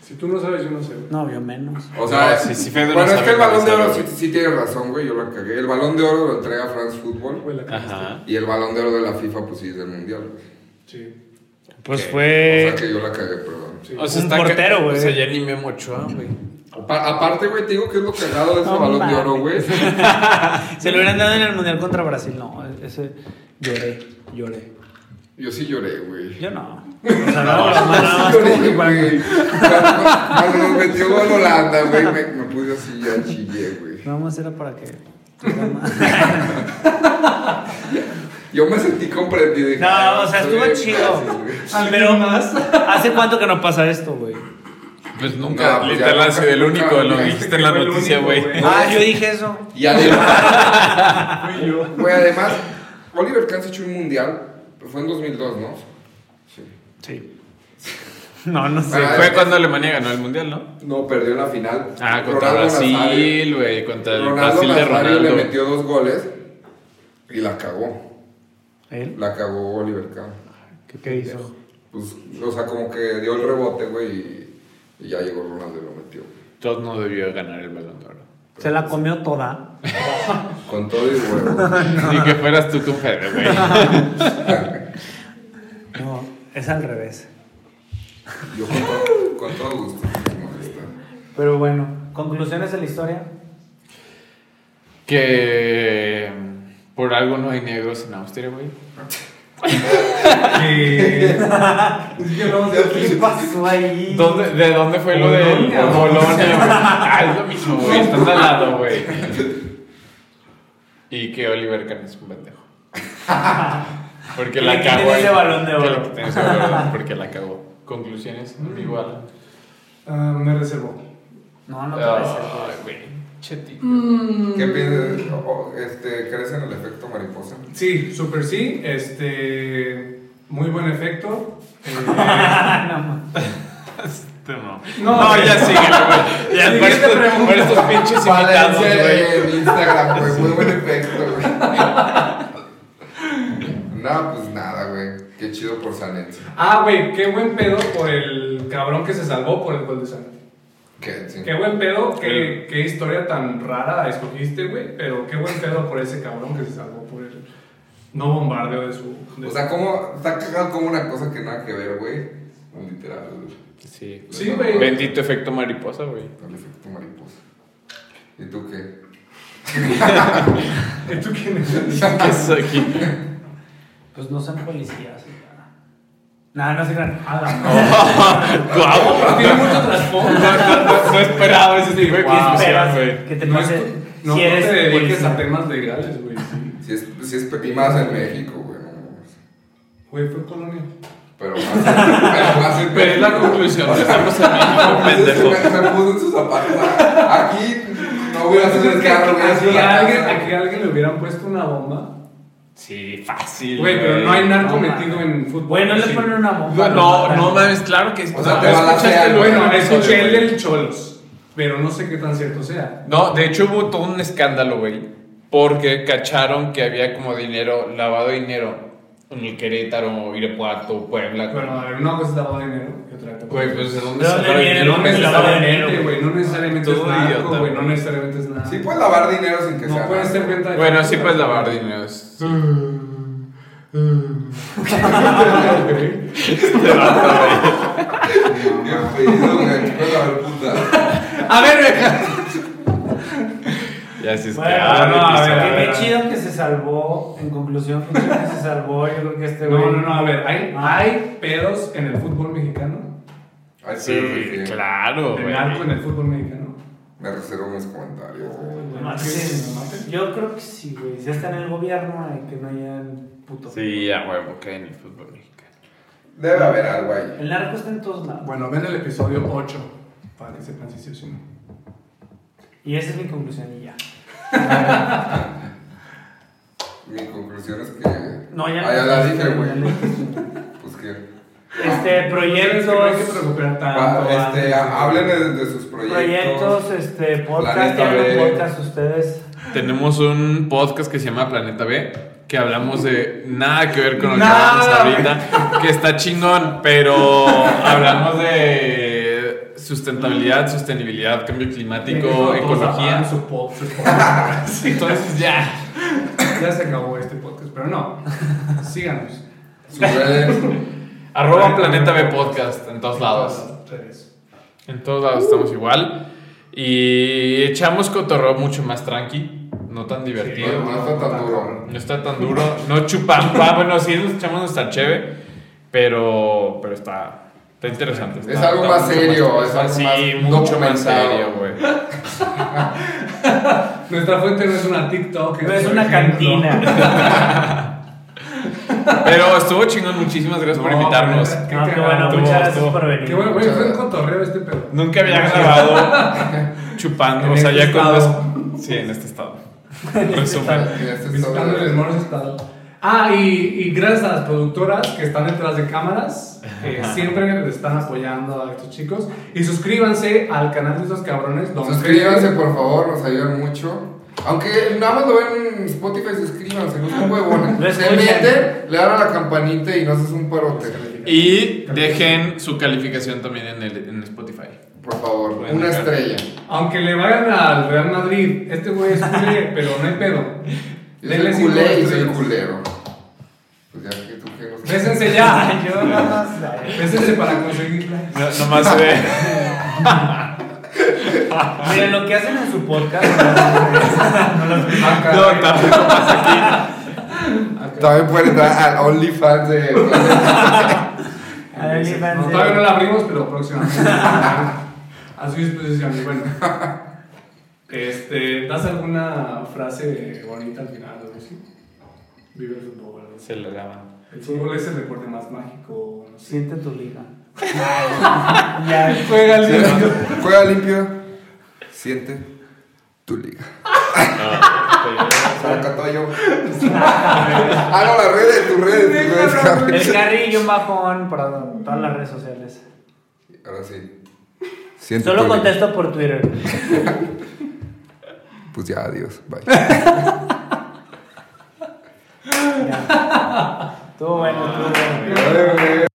Speaker 3: Si tú no sabes, yo no sé. güey.
Speaker 4: no, yo menos.
Speaker 1: O sea,
Speaker 2: No, sí, sí, Fede no
Speaker 1: bueno, es
Speaker 2: sabe
Speaker 1: que el balón de
Speaker 2: cabecear,
Speaker 1: oro sí,
Speaker 2: güey.
Speaker 1: sí tiene razón, güey. Yo la cagué. El balón de oro lo entrega France Football.
Speaker 3: Güey, la cagaste.
Speaker 2: Ajá.
Speaker 1: Y el balón de oro de la FIFA, pues sí, es del mundial. güey.
Speaker 3: Sí.
Speaker 5: Pues
Speaker 2: Ok,
Speaker 1: O
Speaker 2: Eh,
Speaker 1: sea
Speaker 5: fue.
Speaker 1: que yo la cagué, perdón.
Speaker 3: Sí.
Speaker 2: O sea,
Speaker 5: Un
Speaker 2: está ca-
Speaker 5: portero, güey.
Speaker 2: O sea, ya ni Memo Ochoa, güey.
Speaker 1: Pa- aparte, güey, te digo que es lo cagado de ese
Speaker 4: No
Speaker 1: balón de oro, güey.
Speaker 4: mames.
Speaker 5: Se lo hubieran dado en el Mundial contra Brasil. No, ese. Lloré, lloré.
Speaker 1: Yo sí lloré, güey.
Speaker 5: Yo no.
Speaker 4: O sea, no, nada más
Speaker 1: Sí
Speaker 4: como
Speaker 1: lloré,
Speaker 4: que cuando-
Speaker 1: güey. Cuando cuando nos metió gol Holanda, güey, me, me puse así, ya chillé, güey.
Speaker 5: Nada más era para que.
Speaker 1: Yo me sentí comprendido. dije,
Speaker 5: No,
Speaker 1: "Ah,
Speaker 5: o sea,
Speaker 1: estoy
Speaker 5: estuvo
Speaker 1: bien,
Speaker 5: chido.
Speaker 1: gracias, güey".
Speaker 5: Pero ¿Hace cuánto que no pasa esto, güey?
Speaker 2: Pues nunca,
Speaker 1: No, pues ya
Speaker 2: literal, ha
Speaker 1: nunca-
Speaker 2: sido el único,
Speaker 1: nunca-
Speaker 2: lo
Speaker 1: nunca-
Speaker 2: dijiste en la
Speaker 3: fue el
Speaker 2: noticia,
Speaker 3: único,
Speaker 2: güey.
Speaker 3: güey.
Speaker 5: Ah, yo dije eso.
Speaker 1: Y además,
Speaker 3: Fui yo.
Speaker 1: güey, además, Oliver Kahn se echó un mundial. pues, Fue en 2002, ¿no? Sí.
Speaker 5: Sí. No, no sé.
Speaker 1: Ah,
Speaker 2: Fue cuando Alemania ganó el mundial, ¿no?
Speaker 1: No, perdió en la final.
Speaker 2: Ah, contra
Speaker 1: Ronaldo Nazario.
Speaker 2: Brasil, güey. Contra el
Speaker 1: Ronaldo
Speaker 2: Brasil de
Speaker 1: Nazario
Speaker 2: Ronaldo.
Speaker 1: le metió dos goles y la cagó.
Speaker 5: ¿Él?
Speaker 1: La cagó Oliver Kahn.
Speaker 5: ¿Qué, qué hizo?
Speaker 1: Pues, o sea, como que dio el rebote, güey, y, y ya llegó Ronaldo y lo metió.
Speaker 2: Todd no debió ganar el balón de oro.
Speaker 5: Se la comió toda.
Speaker 1: Con todo y huevo.
Speaker 2: Ni que fueras tú con Fede, güey.
Speaker 5: No, es al revés.
Speaker 1: Yo con todo, con todo gusto. no me molesta.
Speaker 4: Pero bueno, conclusiones de la historia.
Speaker 2: Que mm, por algo no hay negros en Austria, güey.
Speaker 3: Es que no,
Speaker 4: ¿Qué pasó ahí?
Speaker 2: ¿Dónde- ¿De dónde fue lo de
Speaker 3: Polonia.
Speaker 2: Polonia? güey? Ah, es lo mismo, güey. Estás al lado, güey. Y que Oliver Kahn es un pendejo. Porque
Speaker 4: Le
Speaker 2: la
Speaker 4: quiten
Speaker 2: cagó.
Speaker 4: ese
Speaker 2: ahí.
Speaker 4: balón de
Speaker 2: Que
Speaker 4: oro.
Speaker 2: le quiten ese balón de oro porque la cagó. Conclusiones, amigo Alan.
Speaker 3: Ah, me reservo.
Speaker 4: No, no
Speaker 3: Ah.
Speaker 4: puede ser. güey.
Speaker 2: Ay, güey. Chetito.
Speaker 1: ¿Qué piensas? O- o, este, ¿Crees en el efecto mariposa?
Speaker 3: Sí, súper sí. Este. Muy buen efecto. Eh,
Speaker 4: Ah,
Speaker 2: Este no.
Speaker 3: No,
Speaker 2: No,
Speaker 3: güey.
Speaker 2: ya síguele, güey. Ya por
Speaker 3: Siguiente
Speaker 2: estos,
Speaker 3: pregunta.
Speaker 2: por estos pinches
Speaker 3: Ah,
Speaker 2: invitados,
Speaker 1: Valencia eh.
Speaker 2: güey.
Speaker 1: en Instagram, güey. Muy buen efecto, güey. No, pues nada, güey. Qué chido por San Enzo.
Speaker 3: Ah, güey, qué buen pedo por el cabrón que se salvó por el gol de Santi.
Speaker 1: Que, sí.
Speaker 3: Qué buen pedo, qué, qué historia tan rara escogiste, güey. Pero qué buen pedo por ese cabrón que se salvó por el no bombardeo de su. de
Speaker 1: O
Speaker 3: su-
Speaker 1: sea, como, está cagado como una cosa que nada que ver, güey. Literal. el-
Speaker 2: Sí.
Speaker 3: Sí, güey.
Speaker 2: Bendito efecto mariposa, güey.
Speaker 1: El efecto mariposa. ¿Y tú qué?
Speaker 3: ¿Y tú quién eres?
Speaker 2: ¿Qué es aquí?
Speaker 4: Pues no sean policías. Nada, no se crean. A la
Speaker 2: ¡Guau!
Speaker 3: Ah, pues, Tiene mucho trasfondo.
Speaker 2: No, no, no, no esperaba ese tipo de
Speaker 4: ¿Qué esperas
Speaker 2: exposición, güey.
Speaker 4: que te
Speaker 3: No,
Speaker 4: pase
Speaker 3: es- no, no
Speaker 4: si eres
Speaker 3: te dediques a
Speaker 4: policía?
Speaker 3: temas legales, güey. sí.
Speaker 1: Si es, si es pe- y más en México, güey. no mames.
Speaker 3: Güey, fue colonia.
Speaker 1: Pero más, pero más en
Speaker 2: Pero es la
Speaker 1: México.
Speaker 2: conclusión. Estamos en México,
Speaker 1: Entonces,
Speaker 2: pendejo.
Speaker 1: Me, me puso en sus zapatos. Aquí no voy a hacer el
Speaker 3: Entonces, que
Speaker 1: carro, voy a hacer
Speaker 3: aquí,
Speaker 1: la
Speaker 3: a alguien,
Speaker 1: casa.
Speaker 3: aquí a alguien le hubieran puesto una bomba.
Speaker 2: Sí, fácil.
Speaker 3: Güey, pero no hay narco
Speaker 4: No,
Speaker 3: metido
Speaker 4: man.
Speaker 3: en fútbol.
Speaker 4: Bueno, le
Speaker 3: Sí.
Speaker 4: ponen una bomba.
Speaker 2: No, no,
Speaker 4: matan.
Speaker 2: no mames, claro que
Speaker 1: O sea,
Speaker 2: no,
Speaker 1: te
Speaker 2: escuchaste
Speaker 1: balacean,
Speaker 2: el
Speaker 1: güey.
Speaker 2: último
Speaker 3: Bueno,
Speaker 2: episodio,
Speaker 3: escuché el
Speaker 2: güey.
Speaker 3: del Cholos, pero no sé qué tan cierto sea.
Speaker 2: No, de hecho hubo todo un escándalo, güey. Porque cacharon que había como dinero, lavado de dinero en el Querétaro, Irapuato, Puebla.
Speaker 3: Bueno, a ver, una cosa es lavado de dinero y otra cosa.
Speaker 2: Güey, pues ¿de dónde
Speaker 4: ¿De
Speaker 2: salió el
Speaker 4: dónde viene?
Speaker 2: dinero?
Speaker 3: no
Speaker 4: el lavado de
Speaker 3: necesariamente,
Speaker 4: dinero,
Speaker 3: güey, no necesariamente es
Speaker 2: Todo
Speaker 3: narco,
Speaker 2: idiota,
Speaker 3: güey, no
Speaker 2: güey.
Speaker 3: necesariamente es nada.
Speaker 1: Sí puedes lavar dinero sin que sea.
Speaker 3: No puedes
Speaker 1: nada.
Speaker 3: ser venta de
Speaker 2: Bueno, sí pues, puedes lavar dinero. es-
Speaker 1: Qué pedido, güey. Puedes lavar puta.
Speaker 2: A ver, güey. Ya sí es que-
Speaker 4: Bueno,
Speaker 2: ah,
Speaker 4: no, a
Speaker 2: qué
Speaker 4: ver,
Speaker 2: pistola.
Speaker 4: qué chido que se salvó. En conclusión, qué chido que se salvó. Yo creo que este güey.
Speaker 3: No, no, no, a ver, hay,
Speaker 4: Ah.
Speaker 3: hay pedos en el fútbol mexicano,
Speaker 1: Ay, sí,
Speaker 2: Sí, claro,
Speaker 3: de
Speaker 2: Oh, güey.
Speaker 3: narco en el fútbol mexicano.
Speaker 1: Me reservo mis comentarios. güey.
Speaker 4: No mames. Yo creo que sí, güey. Si ya está en el gobierno, hay que no haya el puto.
Speaker 2: Sí, a huevo, que en el fútbol mexicano.
Speaker 1: Debe haber algo ahí.
Speaker 4: El narco está en todos lados.
Speaker 3: Bueno, ven el episodio 8 para que sepan si sí o si no.
Speaker 4: Y esa es mi conclusión y ya.
Speaker 1: Mi conclusión es que.
Speaker 4: No, ya
Speaker 1: Ah, ya la dije, güey.
Speaker 4: Ya le-
Speaker 1: Pues que.
Speaker 4: Este,
Speaker 3: Proyectos, no hay que
Speaker 4: proyectos.
Speaker 3: preocupar
Speaker 1: Va,
Speaker 3: tanto.
Speaker 1: este,
Speaker 3: Ah, antes.
Speaker 1: ha- hablen de, de sus proyectos.
Speaker 4: Proyectos, este, podcast,
Speaker 1: Planeta
Speaker 4: ya
Speaker 1: B.
Speaker 4: podcast ustedes.
Speaker 2: Tenemos un podcast que se llama Planeta B, que hablamos de nada que ver con lo
Speaker 3: Nada.
Speaker 2: que hablamos ahorita, que está chingón, pero hablamos de sustentabilidad, sostenibilidad, cambio climático,
Speaker 3: Todos
Speaker 2: ecología.
Speaker 3: apagan su pop- su podcast.
Speaker 2: Entonces ya.
Speaker 3: Ya se acabó este podcast, pero no. Síganos.
Speaker 1: Sus redes.
Speaker 2: Arroba Planeta B Podcast en todos lados. En todos lados estamos
Speaker 1: Uh.
Speaker 2: igual. Y echamos cotorreo mucho más tranqui, no tan divertido.
Speaker 1: no está tan duro.
Speaker 2: No está tan duro. No chupamos. Ah, bueno, sí, nos echamos nuestra cheve. Pero, pero está, está interesante.
Speaker 1: Es
Speaker 2: está-
Speaker 1: algo
Speaker 2: está
Speaker 1: más
Speaker 2: mucho
Speaker 1: serio, es
Speaker 2: sí,
Speaker 1: algo más
Speaker 2: mucho más
Speaker 1: documentado.
Speaker 2: serio, güey.
Speaker 3: Nuestra fuente no es una TikTok.
Speaker 4: No es
Speaker 3: por
Speaker 4: una
Speaker 3: ejemplo.
Speaker 4: cantina.
Speaker 2: Pero estuvo chingón. Muchísimas gracias por
Speaker 3: No,
Speaker 2: invitarnos.
Speaker 3: verdad,
Speaker 4: No, qué
Speaker 3: cagado.
Speaker 4: bueno,
Speaker 2: Estuvo,
Speaker 4: muchas gracias
Speaker 2: estuvo.
Speaker 4: por venir.
Speaker 3: Qué bueno, güey, fue un cotorreo este pedo.
Speaker 2: Nunca había grabado chupando.
Speaker 3: En
Speaker 2: o sea,
Speaker 3: este
Speaker 2: ya con
Speaker 3: estado.
Speaker 2: más- Sí, en este estado. Resumen.
Speaker 1: Y este es
Speaker 3: Visitando el
Speaker 1: todo.
Speaker 3: hermoso estado. Ah, y, y gracias a las productoras que están detrás de cámaras, que siempre les están apoyando a estos chicos. Y suscríbanse al canal de estos cabrones. donde-
Speaker 1: Suscríbanse, por favor, nos ayudan mucho. Aunque nada más lo ven en Spotify, suscríbanse, no son
Speaker 4: No
Speaker 1: huevones. Se
Speaker 4: escuchen.
Speaker 1: meten, le dan a la campanita y no haces un parote.
Speaker 2: Y dejen su calificación también en, el, en Spotify.
Speaker 1: Por favor,
Speaker 2: Pueden
Speaker 1: una
Speaker 2: dejar.
Speaker 1: estrella.
Speaker 3: Aunque le vayan al Real Madrid, este güey es culé, pero no hay pedo.
Speaker 1: Yo
Speaker 3: Denle
Speaker 1: soy
Speaker 3: cinco
Speaker 1: culé y soy
Speaker 3: estrellas.
Speaker 1: culero. Pues ya que tú que nos-
Speaker 3: Bésense ya.
Speaker 4: Yo nada más, ay.
Speaker 3: Bésense para conseguirla.
Speaker 2: No, nomás se ve.
Speaker 4: Miren, lo que hacen en su podcast. no lo-
Speaker 2: No, tampoco pasa aquí.
Speaker 1: También pueden entrar al OnlyFans de.
Speaker 4: A ver,
Speaker 3: No,
Speaker 4: Iván,
Speaker 3: todavía no la abrimos, pero próximamente. A su disposición. Y bueno, este, ¿das alguna frase bonita al final? algo así? Vive el fútbol. algo así.
Speaker 2: Se lo graban.
Speaker 3: El fútbol es el deporte más mágico. no sé.
Speaker 4: Siente tu liga. ya.
Speaker 3: Juega el
Speaker 1: Juega limpio. Siente tu liga. Saca todo yo. Ah, no, las redes, tus redes, tus redes, Carlos.
Speaker 4: El carrillo bajón para todas las redes sociales.
Speaker 1: Ahora sí. Siente tu
Speaker 4: Solo
Speaker 1: liga.
Speaker 4: contesto por Twitter.
Speaker 1: Pues ya, adiós. Bye.
Speaker 4: Ya. Estuvo bueno, estuvo bueno.
Speaker 1: Bye, bye.